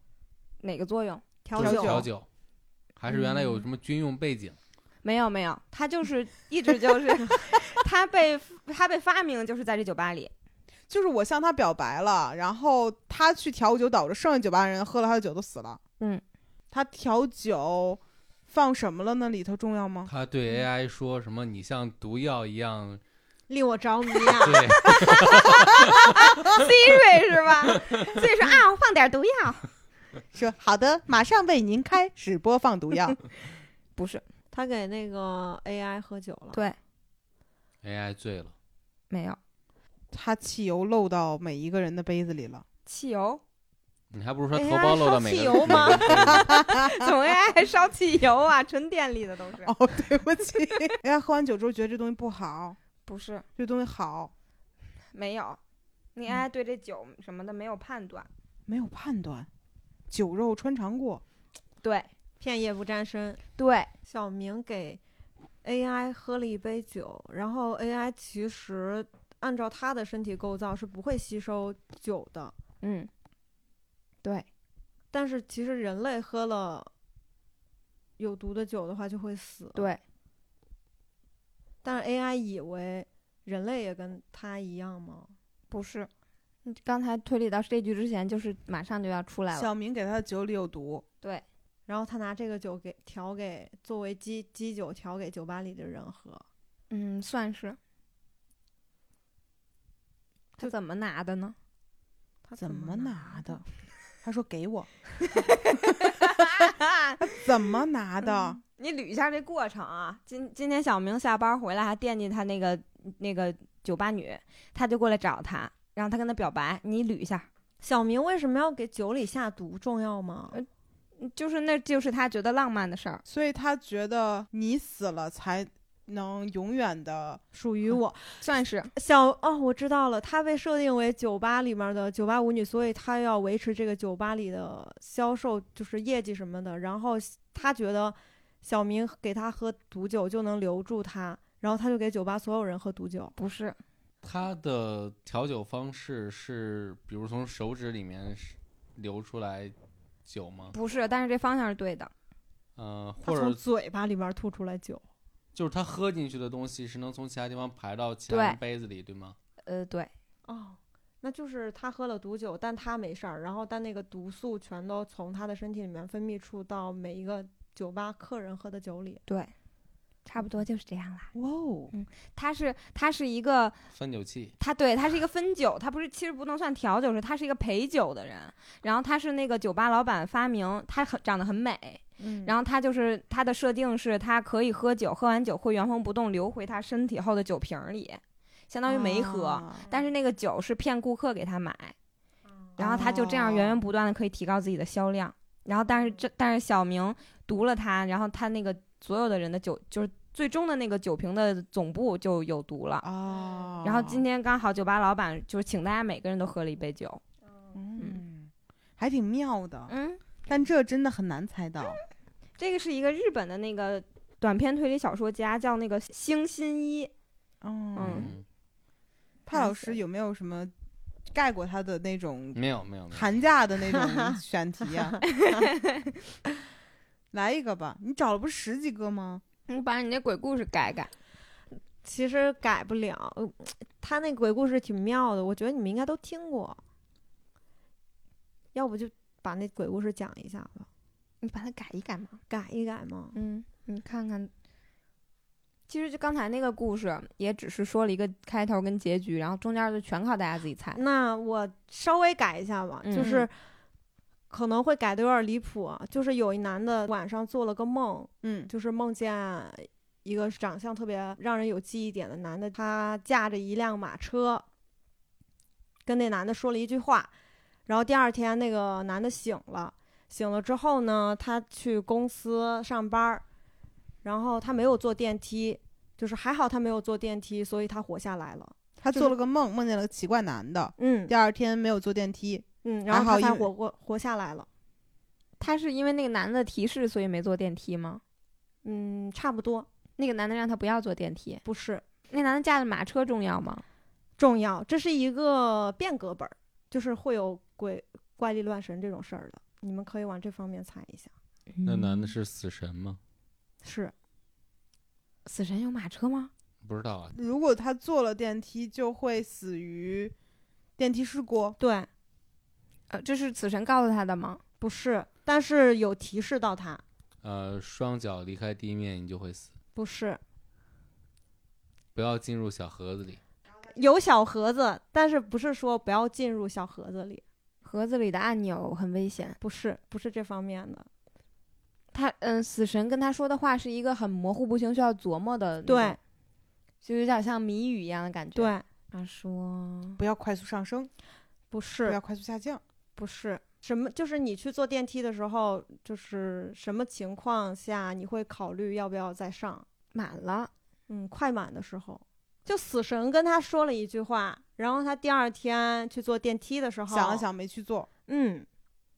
哪个作用？调调酒，嗯调酒，还是原来有什么军用背景？没有没有，他就是一直就是， 他被他被发明就是在这酒吧里，就是我向他表白了，然后他嗯去调酒，导致剩下酒吧人喝了他的酒都死了。嗯，他调酒放什么了？那里头重要嗯吗？他对 AI 说什么？你像毒药一 样，令我着迷啊！对， Siri 是吧？所以说啊，放点毒药， 说好的，马上为您开始播放毒药。不是，他给那个 AI 喝酒了，对， AI 醉了，没有 他汽油漏到每一个人的杯子 里了。汽油， 你还不如说 AI 头孢漏到每个烧汽油吗每个人身上怎么爱烧汽油啊？纯电力的都是，哦，对不起， 人家喝完酒之后觉得这东西不好，不是这东西好，没有。你 AI 对这酒什么的没有判断，没有判断，酒肉穿肠过。对片叶不沾身。对，小明给 AI 喝了一杯酒，然后 AI 其实按照它的身体构造是不会吸收酒的，嗯，对，但是其实人类喝了有毒的酒的话就会死。，对，但是 AI 以为人类也跟它一样吗？不是。你嗯刚才推理到这句之前，就是马上就要出来了。小明给他的酒里有毒，然后他拿这个酒给调给作为基基酒调给酒吧里的人喝，嗯，算是。他怎么拿的 呢？他怎么么拿拿的？？他说给我，怎么拿的？ 你捋一下这过程啊。今今天小明下班回来还惦记他那个那个酒吧女，他就过来找他，然后他跟他表白。你捋一下，小明为什么要给酒里下毒重要吗？呃就是那就是他觉得浪漫的事儿。所以他觉得你死了才能永远的属于我，算是小哦，我知道了，它被设定为酒吧里面的酒吧舞女，所以它要维持这个酒吧里的销售，就是业绩什么的。然后他觉得小明给他喝毒酒就能留住他，然后他就给酒吧所有人喝毒酒。不是？他的调酒方式是，比如从手指里面是流出来酒吗？不是，但是这方向是对的。嗯、他或从者嘴巴里面吐出来酒，就是他喝进去的东西是能从其他地方排到其对他人杯子里，对吗？呃，对，哦，那就是他喝了毒酒，但他没事儿，然后但那个毒素全都从他的身体里面分泌出到每一个酒吧客人喝的酒里。差不多就是这样啦。哇哦，他是他是一个分酒器，他对他是一个分酒，他不是其实不能算调酒师，他是一个陪酒的人。然后他是那个酒吧老板发明，他很长得很美。嗯然后他就是他的设定是，他可以喝酒，喝完酒会原封不动流回他身体后的酒瓶里，相当于没喝。啊但是那个酒是骗顾客给他买，然后他就这样源源不断的可以提高自己的销量。然后但是这但是小明毒了他，然后他那个所有的人的酒就是最终的那个酒瓶的总部就有毒了。哦，然后今天刚好酒吧老板就是请大家每个人都喝了一杯酒，嗯，还挺妙的，嗯，但这真的很难猜到。这个是一个日本的那个短篇推理小说家，叫那个星新一，嗯，嗯，帕老师有没有什么盖过他的那种没有没有没有，寒假的那 种选题呀、来一个吧，你找了不是十几个吗？你把你那鬼故事改改，其实改不了，呃他那鬼故事挺妙的，我觉得你们应该都听过。要不就把那鬼故事讲一下吧，你把它改一改嘛。改一改嘛。嗯，你看看，其实就刚才那个故事，也只是说了一个开头跟结局，然后中间就全靠大家自己猜。那我稍微改一下吧，嗯就是可能会改的有点离谱啊。就是有一男的晚上做了个梦，嗯，就是梦见一个长相特别让人有记忆点的男的，他驾着一辆马车，跟那男的说了一句话，然后第二天那个男的醒了，醒了之后呢，他去公司上班儿，然后他没有坐电梯，就是还好他没有坐电梯，所以他活下来了。他就是做了个梦，梦见了个奇怪男的，嗯第二天没有坐电梯，嗯，然后还好他因才为活过活下来了。他是因为那个男的提示，所以没坐电梯吗？嗯，差不多那个男的让他不要坐电梯，不是那男的驾着马车重要吗？重要，这是一个变革本儿，就是会有鬼怪力乱神这种事儿的，你们可以往这方面猜一下。那男的嗯是死神吗？是，死神有马车吗？不知道啊，如果他坐了电梯，就会死于电梯事故。对，呃，这是死神告诉他的吗？不是，但是有提示到他，啊、呃，双脚离开地面，你就会死。不是，不要进入小盒子里。有小盒子，但是不是说不要进入小盒子里？盒子里的按钮很危险。不是，不是这方面的。他嗯，死神跟他说的话是一个很模糊不清、需要琢磨的，对，就有点像谜语一样的感觉。，对，他说不要快速上升，不不嗯是要，快速下降，不是什么？就是你去坐电梯的时候，就是什么情况下你会考虑要不要再上？满了，嗯，快满的时候，就死神跟他说了一句话，然后他第二天去坐电梯的时候想了，想没去做，嗯，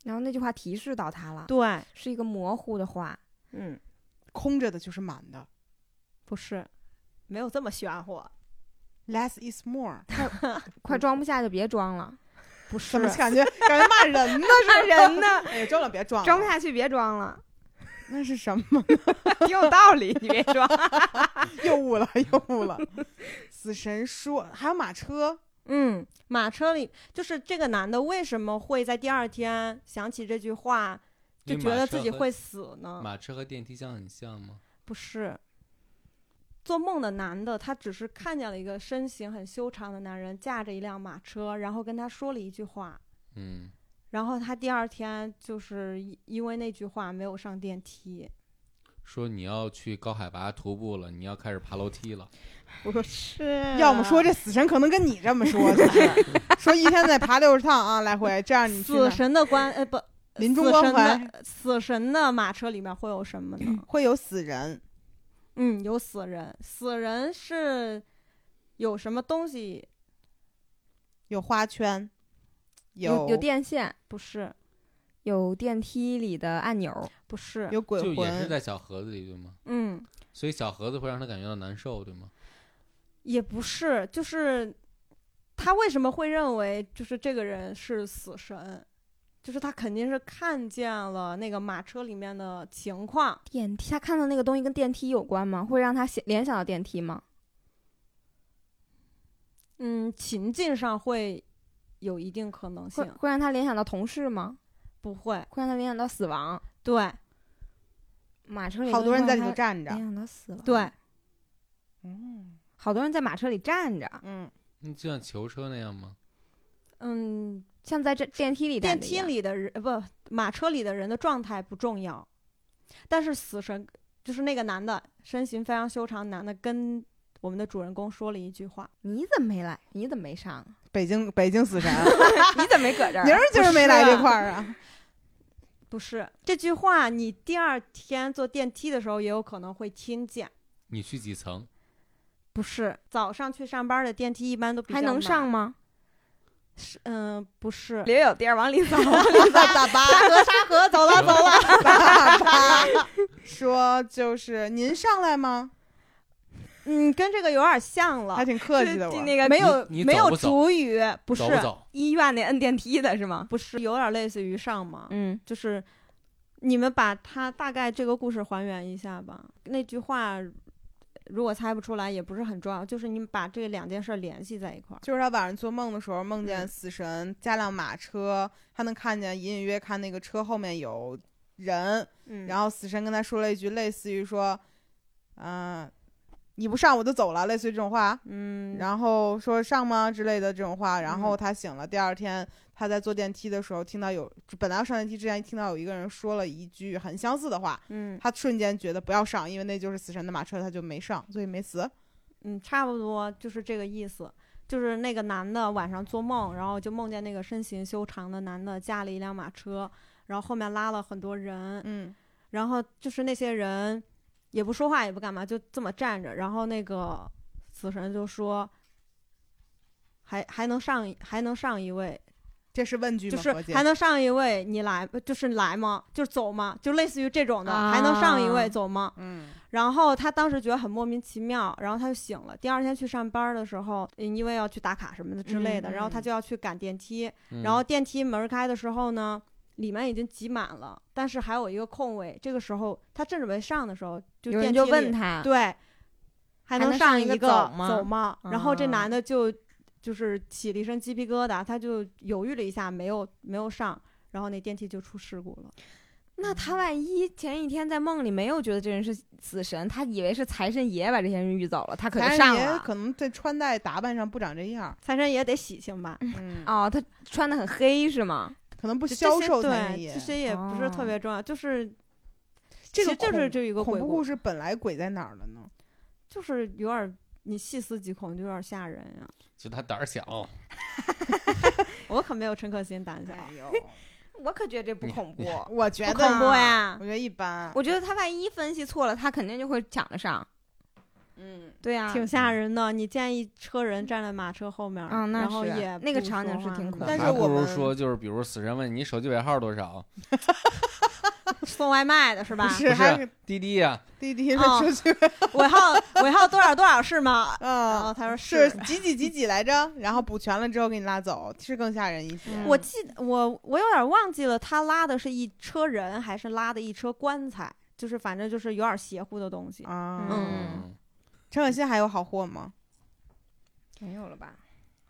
然后那句话提示到他了，对，是一个模糊的话。嗯，空着的就是满的。不是，没有这么玄乎， Less is more，快嗯装不下就别 装了， 不是怎么感觉感觉骂人呢？看人呢， 哎呀，装了别装了，装不下去别 装了，那是什么？ 挺有道理，你别装。又误了，又误了。死神说还有马车，嗯，马车里就是这个男的为什么会在第二天想起这句话，就因为觉马得车自己和会死呢？马车和电梯箱很像吗？不是，做梦的男的他只是看见了一个身形很修长的男人驾着一辆马车，然后跟他说了一句话，嗯，然后他第二天就是因因为那句话没有上电梯。说你要去高海拔徒步了，你要开始爬楼梯了。不是 要么说这死神可能跟你这么说， 就是说一天得爬六十趟啊，来回这样你去哪死儿神的关呃不。临终死关神怀的死神的马车里面会有什么呢？ 会有死人，嗯，有死人，死人是有什么东西？有花圈，有有电线，不是，有电梯里的按钮，不是，有鬼就也是魂，在小盒子里，对吗？嗯，所以小盒子会让他感觉到难受，对吗？也不是，就是他为什么会认为就是这个人是死神？就是他肯定是看见了那个马车里面的情况，电梯。他看到那个东西跟电梯有关吗？会让他想联想到电梯吗？嗯，情境上会有一定可能会性，会让他联想到同事吗？不会，会让他联想到死亡？对马车里好多人在里头都让他站着联。想到死亡。对，嗯好多人在马车里站着，嗯，嗯，就像囚车那样吗？嗯，像在这电梯里站电着一梯样，里的人呃不，马车里的人的状态不重要，但是死神就是那个男的，身形非常修长的男的，跟我们的主人公说了一句话，你怎么没来？你怎么没上？北京北京死神， 你怎么没搁这明儿？啊儿今儿没来这块儿啊？不是这句话，你第二天坐电梯的时候也有可能会听见，你去几层？不是早上去上班的电梯一般都比还较能满上？吗？是嗯、不是，别有地儿往里走。 大巴，沙河沙河，走啊了走了。大巴 说就是您上来吗？嗯，跟这个有点像了还，挺客气的我就。那个没有你你没走有不走主语，不是走不走？医院那摁电梯的是吗？不是，有点类似于上嘛，嗯，就是你们把它大概这个故事还原一下吧。那句话如果猜不出来也不是很重要，就是你们把这两件事儿联系在一块儿。就是他晚上做梦的时候，梦见嗯死神加辆马车，他能看见隐隐约看那个车后面有人，嗯然后死神跟他说了一句类似于说，嗯、你不上我就走了，类似于这种话。嗯，后然后说上吗之类的这种话，然后嗯他醒了，第二天他在坐电梯的时候听到有，本来要上电梯之前听到有一个人说了一句很相似的话，嗯他瞬间觉得不要上，因为那就是死神的马车，他就没上，所以没死。嗯，差不多就是这个意思。就是那个男的晚上做梦，然后就梦见那个身形修长的男的驾了一辆马车，然后后面拉了很多人，嗯，然后就是那些人也不说话也不干嘛，就这么站着。然后那个死神就说：“还还能上一还能上一位，这是问句就吗？是何洁还能上一位，你来就是来吗？就是走吗？就类似于这种的，还能上一位啊走吗？”嗯，然后他当时觉得很莫名其妙，然后他就醒了。第二天去上班的时候，嗯因为要去打卡什么的之类的，嗯然后他嗯就要去赶电梯，嗯然后电梯门开的时候呢，里面已经挤满了，但是还有一个空位。这个时候他正准备上的时候，就有电人梯就问里，他，对，还能上上一个个走走吗吗？然后这啊男的就就是起了一身鸡皮疙瘩，他就犹豫了一下，没有没有上，然后那电梯就出事故了。那他万一前一天在梦里没有觉得这人是死神，他以为是财神爷把这些人遇走了，他可就财上神爷了。啊可能在穿戴打扮上不长这样儿，财神爷得喜庆吧？嗯，哦，他穿的很黑是吗？可能不就这销些售财神对，爷这。些也不是特哦别重要，就是这个其实就是恐这一个恐鬼怖故故事，事本来鬼在哪儿了呢？就是有点儿你细思极恐，就有点儿吓人呀、就他胆儿小，我可没有陈可辛胆小，哎呦，我可觉得这不恐怖，我觉不得恐怖啊呀我。觉得一般。我觉得他万一分析错了，他肯定就会抢着上。嗯，对啊呀、挺吓人的。你见一车人站在马车后面，啊那然后是也那个不场景说是话挺什么恐的但那是还我不如们说就是，比如死神问你手机尾号多少，送外卖的是吧啊不？不是是还是滴滴呀，滴滴的哦出去尾号 尾号多少多少是吗？嗯然后啊？他说是几几几几来着？然后补全了之后给你拉走，是更吓人一些。嗯我记得我我有点忘记了，他拉的是一车人还是拉的一车棺材？就是反正就是有点邪乎的东西。啊，嗯，陈可辛还有好货吗？没有了吧？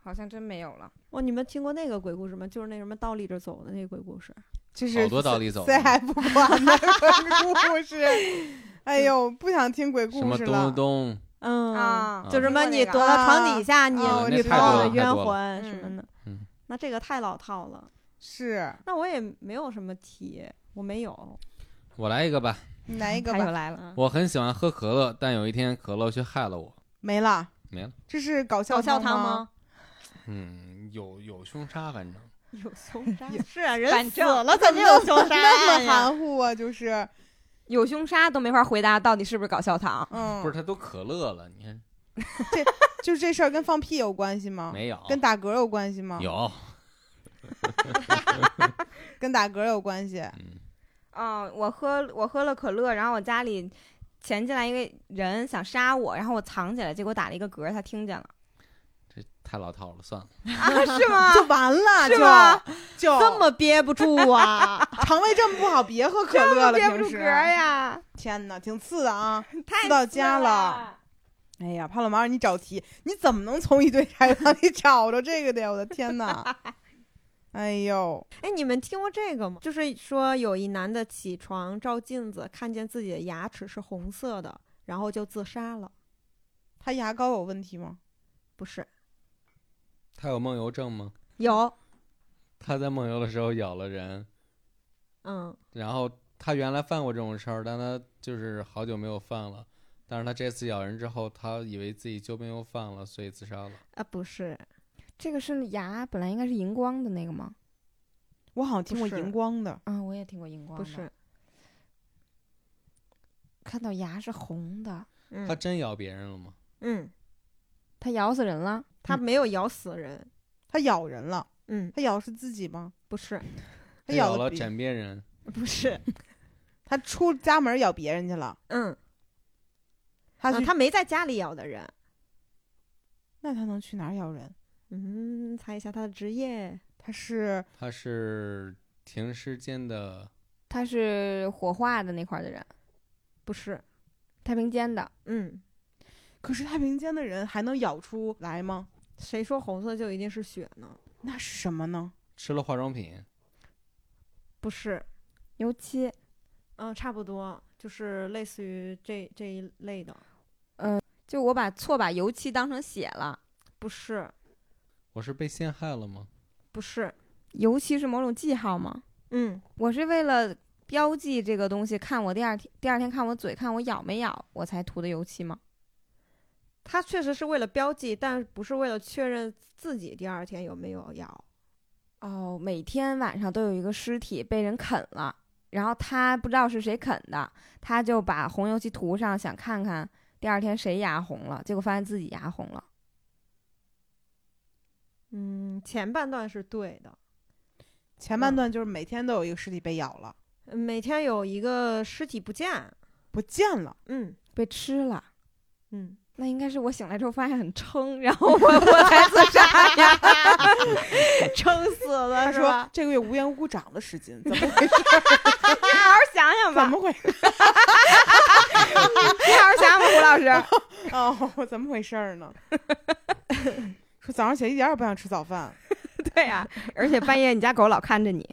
好像真没有了。哇，哦你们听过那个鬼故事吗？就是那什么倒立着走的那个鬼故啊事。就是好多道理走的， CF 馆 的鬼故事。哎呦，不想听鬼什故么事咚了咚。咚，嗯，啊，就是什我听么过你那个躲到床底下，你啊女那朋太多友了的太冤多了魂什嗯么的。嗯，那这个太老套了。是那我也没有什么题，我没有。我来一个吧。你来一个他又吧，来了，嗯，我很喜欢喝可乐，但有一天可乐却害了我。没了，没了。这是搞笑搞笑汤汤？ 吗？嗯，有有凶杀，反正 有凶杀有是啊，人反死正了怎么有凶那杀案么呀？含糊啊， 就是，有凶杀都没法回答到底是不是搞笑糖。嗯，不是，他都可乐了，你看就是这事儿跟放屁有关系吗？没有？嗯跟打嗝有关系吗？有，跟打嗝有关啊系。嗯，嗯，我喝我喝了可乐，然后我家里潜进来一个人想杀我，然后我藏起来，结果打了一个嗝，他听见了这太老套了，算了。啊？是 吗？就完了，是就吗就这么憋不住 啊！ 肠胃这么不好，别喝可乐了。憋不住平嗝时，呀，天哪，挺次的啊！太到家刺了。哎呀，帕洛马尔，你找题，你怎么能从一堆材料里找着这个的呀？我的天 哪！哎呦，哎，你们听过这个吗？就是说有一男的起床照镜子，看见自己的牙齿是红色的，然后就自杀了。他牙膏有问题吗？不是，他有梦游症吗？有，他在梦游的时候咬了人，嗯，然后他原来犯过这种事儿，但他就是好久没有犯了。但是他这次咬人之后，他以为自己救命又犯了，所以自杀了。嗯啊，不是，这个是牙本来应该是荧光的那个吗？我好像听过不是荧光的，啊，我也听过荧光不的是，看到牙是红的，他嗯真咬别人了吗？嗯，他咬死人了。他嗯没有咬死人，他咬人了，嗯，他咬的是自己吗？不是，他咬了了别枕边人，不是，他出家门咬别人去了，嗯，他啊去、他没在家里咬的人。那他能去哪儿咬人？嗯，猜一下他的职业，他是他是停尸间的，他是火化的那块儿的人，不是，太平间的。嗯，可是太平间的人还能咬出来吗？谁说红色就一定是血呢？那是什么呢？吃了化妆品，不是，油漆，嗯，差不多，就是类似于这这一类的，呃就我把错把油漆当成血了，不是，我是被陷害了吗？不是，油漆是某种记号吗？嗯，我是为了标记这个东西，看我第二天第二天看我嘴，看我咬没咬，我才涂的油漆吗？他确实是为了标记，但不是为了确认自己第二天有没有咬。哦，每天晚上都有一个尸体被人啃了，然后他不知道是谁啃的，他就把红油漆涂上，想看看第二天谁牙红了，结果发现自己牙红了。嗯，前半段是对的，前嗯半段就是每天都有一个尸体被咬了，嗯每天有一个尸体不见，不见了，嗯被吃了。嗯，那应该是我醒来之后发现很撑，然后我我才自杀 呀，撑死了他是说吧？这个月无缘无故长了十斤，怎么回事？ 你好好想想怎吧，么回事？你好好想想吧，胡老 师。哦，怎么回事儿呢？说早上起来一点儿也不想吃早饭， 啊 嗯对呀、而且半夜你家狗老看着你，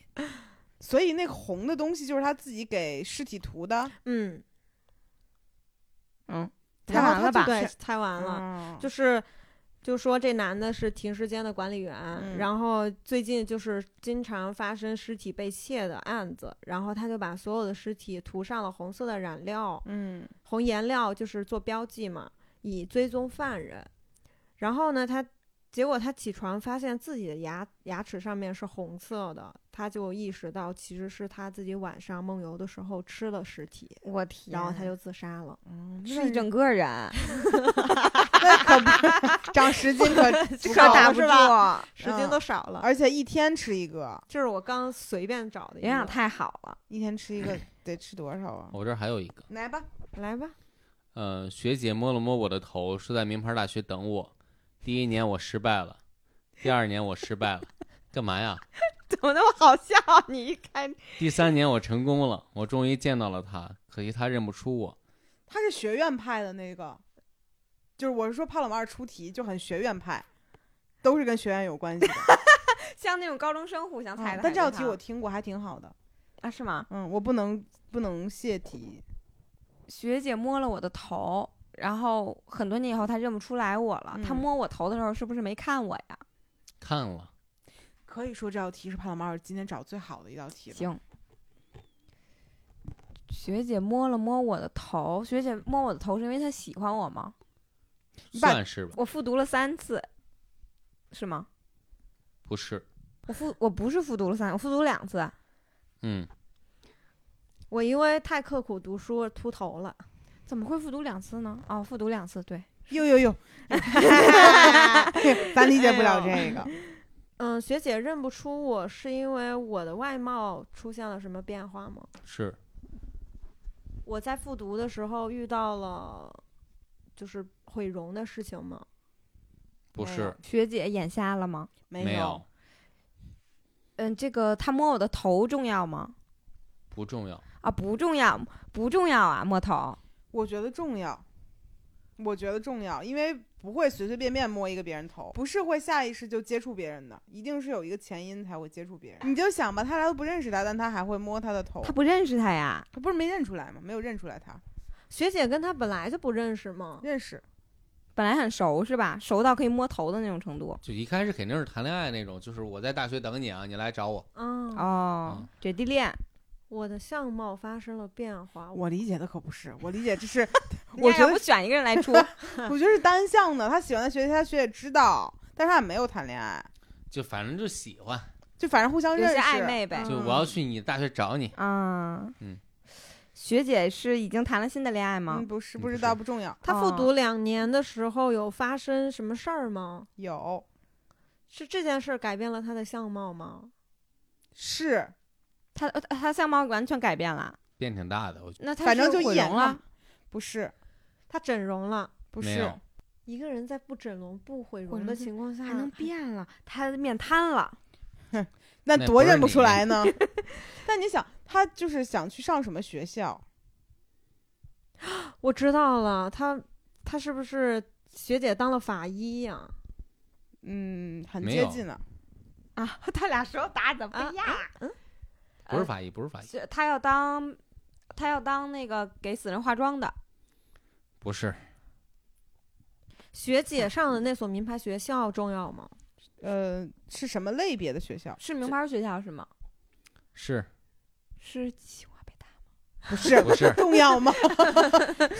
所以那个红的东西就是他自己给尸体涂的，嗯，嗯，然太后完他了就吧？嗯对，猜完了。了就就是就说这男的是停尸间的管理员，嗯然后最近就是经常发生尸体被窃的案子，然后他就把所有的尸体涂上了红色的染料，嗯红颜料就是做标记嘛，以追踪犯人。然后呢，他结果他起床发现自己的牙牙齿上面是红色的，他就意识到其实是他自己晚上梦游的时候吃了尸体，我天，然后他就自杀了。嗯，那是一整个人，那可 不长十斤可不可够打不是吧住，时间嗯都少了，而且一天吃一个，这是我刚随便找的一个。营养太好了。 一天吃一个得吃多少哦啊？我这儿还有一个，来吧，来吧，呃，学姐摸了摸我的头，说在名牌大学等我。第一年我失败了，第二年我失败了，干嘛呀？怎么那么好笑？你一看，第三年我成功了，我终于见到了她，可惜她认不出我。他是学院派的那个，就是我是说帕老马尔出题就很学院派，都是跟学院有关系的。像那种高中生互相猜啊的还是他。但这道题我听过，还挺好的。啊是吗？嗯，我不能不能泄题。学姐摸了我的头，然后很多年以后她认不出来我了。她嗯摸我头的时候是不是没看我呀？看了，可以说这道题是帕老马尔今天找最好的一道题了。行。学姐摸了摸我的头，学姐摸我的头是因为她喜欢我吗？你把算是吧，我复读了三次，是吗？不是。我复我不是复读了三，我复读两次。嗯，我因为太刻苦读书秃头了，怎么会复读两次呢？哦，复读两次，对，呦呦呦， 咱理解不了这个。嗯，学姐认不出我是因为我的外貌出现了什么变化吗？是我在复读的时候遇到了就是毁容的事情吗？不没是有？学姐眼瞎了吗？没有，嗯，这个她摸我的头重要吗？不重要。啊，不重要，不重要啊，摸头。我觉得重要，我觉得重要，因为不会随随便便摸一个别人头，不是会下意识就接触别人的，一定是有一个前因才会接触别人。你就想吧，他俩都不认识他，但他还会摸他的头她，不认识他呀，他不是没认出来吗？没有认出来他，学姐跟她本来就不认识吗？认识。本来很熟是吧？熟到可以摸头的那种程度。就一开始肯定是谈恋爱那种，就是我在大学等你啊，你来找我。嗯，哦，姐弟恋，我的相貌发生了变化，哦我理解的可不是，我理解这是你 我俩觉要得不选一个人来 出，我觉得是单向的。他喜欢的学姐，他学姐知道，但是他也没有谈恋爱，就反正就喜欢，就反正互相有认识。些暧昧呗嗯。就我要去你大学找你。啊，嗯，学姐是已经谈了新的恋爱吗嗯，？不是，嗯不不知是道不重要。她复哦读两年的时候有发生什么事儿吗？有是这件事儿改变了她的相貌吗？是，她呃她相貌完全改变了，变挺大的，我嗯觉那她反正是就一毁眼容看了，啊不是她整容了。不没是有，一个人在不整容、不毁容容的是情况下，还能变了，她面瘫了，那那多不是认不你出来 呢？但你想，他就是想去上什么学校？ 我知道了，他他是不是学姐当了法医呀、嗯，很没接有近了。 啊，他俩手打怎啊样？不是法医，不是法医，是她要当，她要当那个给死人化妆的，不是学姐上的那所名牌学校重要吗？呃，是什么类别的学 校？是名牌学校是吗？是是清华北大。不是不是重要 吗？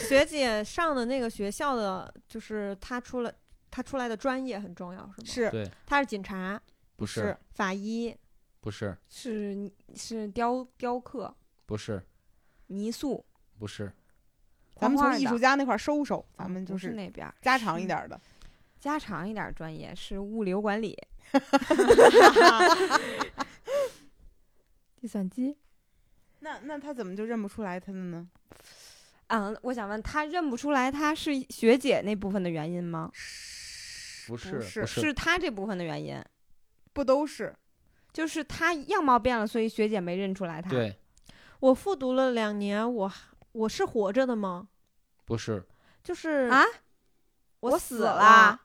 学姐上的那个学校的，就是她出了她出来的专业很重要，是吗？是对，她是警察、不是是法医，不是是是雕雕刻、不是泥塑，不是咱们画从画艺的术家那块儿收收，咱嗯们就不是是那边儿家常一是点儿的。家常一点儿专业是物流管理，计算机。那那他怎么就认不出来他的呢？嗯，我想问他认不出来他是学姐那部分的原因吗？不是不是不是他这部分的原因，不都是？就是他样貌变了，所以学姐没认出来啊他。，对，我复读了两年，我还我是活着的吗？不是就是啊，我我死死了了，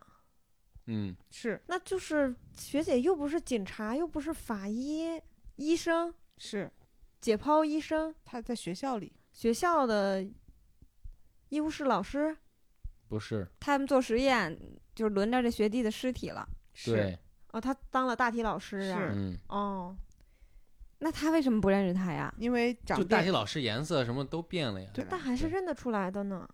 嗯，是那就是学姐又不是警察，又不是法医，医生是解剖医生、他在学校里，学校的医务室老师，不是，他们做实验就是轮着这学弟的尸体了。是对，哦，他当了大体老师啊。是嗯，哦，那他为什么不认识他呀？因为就长大辈体老师颜色什么都变了呀。对但吧？还是嗯对认得出来的呢。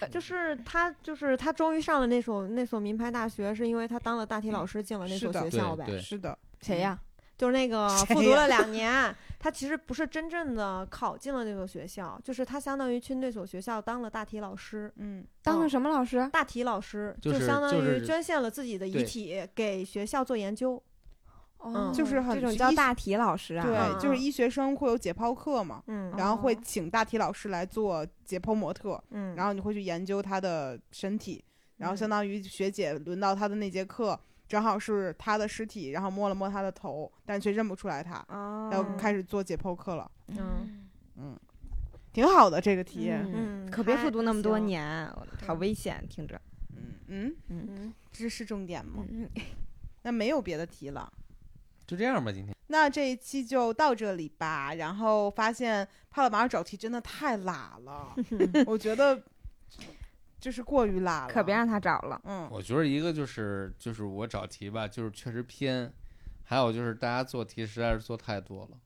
呃就是他，就是他，终于上了那所那所名牌大学，是因为他当了大体老师，进了那是所的学校对呗。对，是的，谁呀？就是那个谁复读呀了两年，他其实不是真正的考进了那所学校，就是他相当于去那所学校当了大体老师，嗯，当哦了什么老师？啊大体老师就是相当就于是捐献了自己的遗对体给学校做研究。哦就是很这种叫医大体老师啊啊。对，就是啊医学生会有解剖课嘛，嗯然后会哦请大体老师来做解剖模特，嗯，然后你会去研究他的身体，然后相嗯当于学姐轮到他的那节课，正好是他的尸体，然后摸了摸他的头，但却认不出来他，哦，要开始做解剖课了，嗯挺好的这个题，嗯，可别复读那么多还行。年，好危险，听着。嗯嗯，嗯，这是重点吗？嗯，那没有别的题了。就这样吧，今天那这一期就到这里吧。然后发现帕拉马尔找题真的太懒 了，我觉得就是过于懒了。可别让他找了。嗯，我觉得一个就是就是我找题吧，就是确实偏，还有就是大家做题实在是做太多了。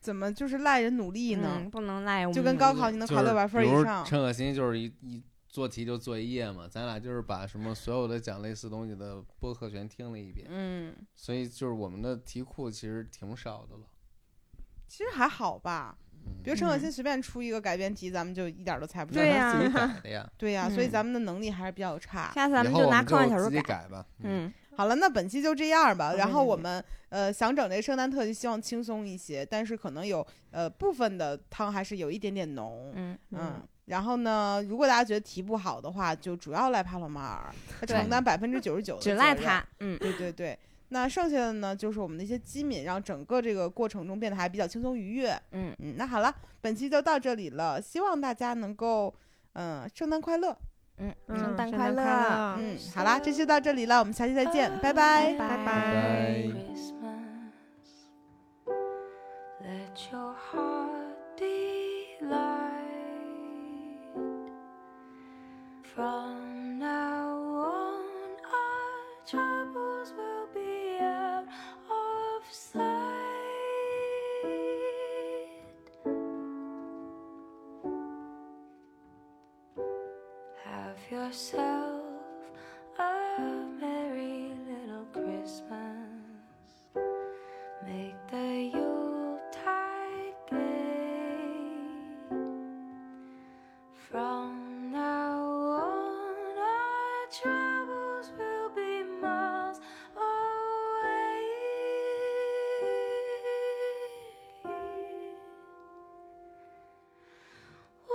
怎么就是赖人努力呢？嗯，不能赖我们。就跟高考你能就考是六百分比如以上，陈可辛就是一一做题就做一夜嘛，咱俩就是把什么所有的讲类似东西的播客全听了一遍，嗯，所以就是我们的题库其实挺少的了。 其实还好吧。嗯比如陈可辛随便出一个改编题，咱们就一点儿都猜不出对来。让他自己呀改的呀，对呀、所以嗯咱们的能力还是比较差。下次咱以们后我拿们科幻小自说己改。改吧。嗯，嗯，好了，那本期就这样吧。对然后对我对们呃想整这圣诞特辑，希望轻松一些，但是可能有呃部分的汤还是有一点点浓。嗯，嗯，然后呢，如果大家觉得题不好的话，就主要赖帕洛马尔，他承担百分之九十九的只责赖任。他。嗯，对对对，那剩下的呢，就是我们的一些机敏，让整个这个过程中变得还比较轻松愉悦。嗯嗯，那好了，本期就到这里了，希望大家能够嗯、圣诞快乐。嗯，嗯圣诞圣快诞快乐。乐嗯，好啦，这期就到这里了，我们下期再见，拜拜。拜拜拜。 Christmas. Let your heart be light. From now on, our troubles will be out of sight. Have yourself a merry little Christmas. Make the Yuletide gay. From now on, our troubles will be miles away.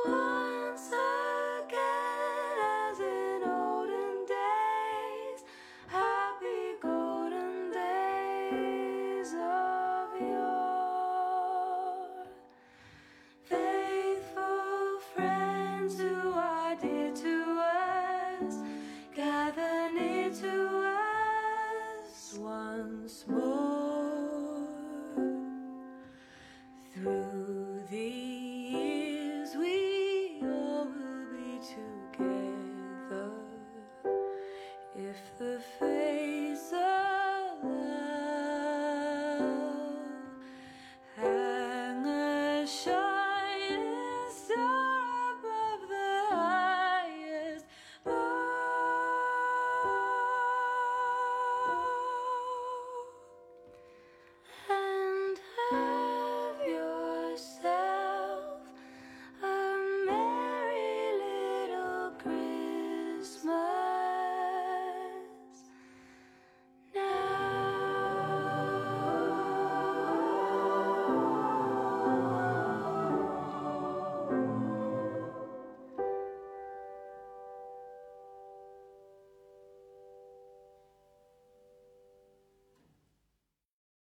Once again, as in olden days, happy golden days of yore. Faithful friends who are dear to us, gather near to us once more. Through the years, we all will be together. If the oh,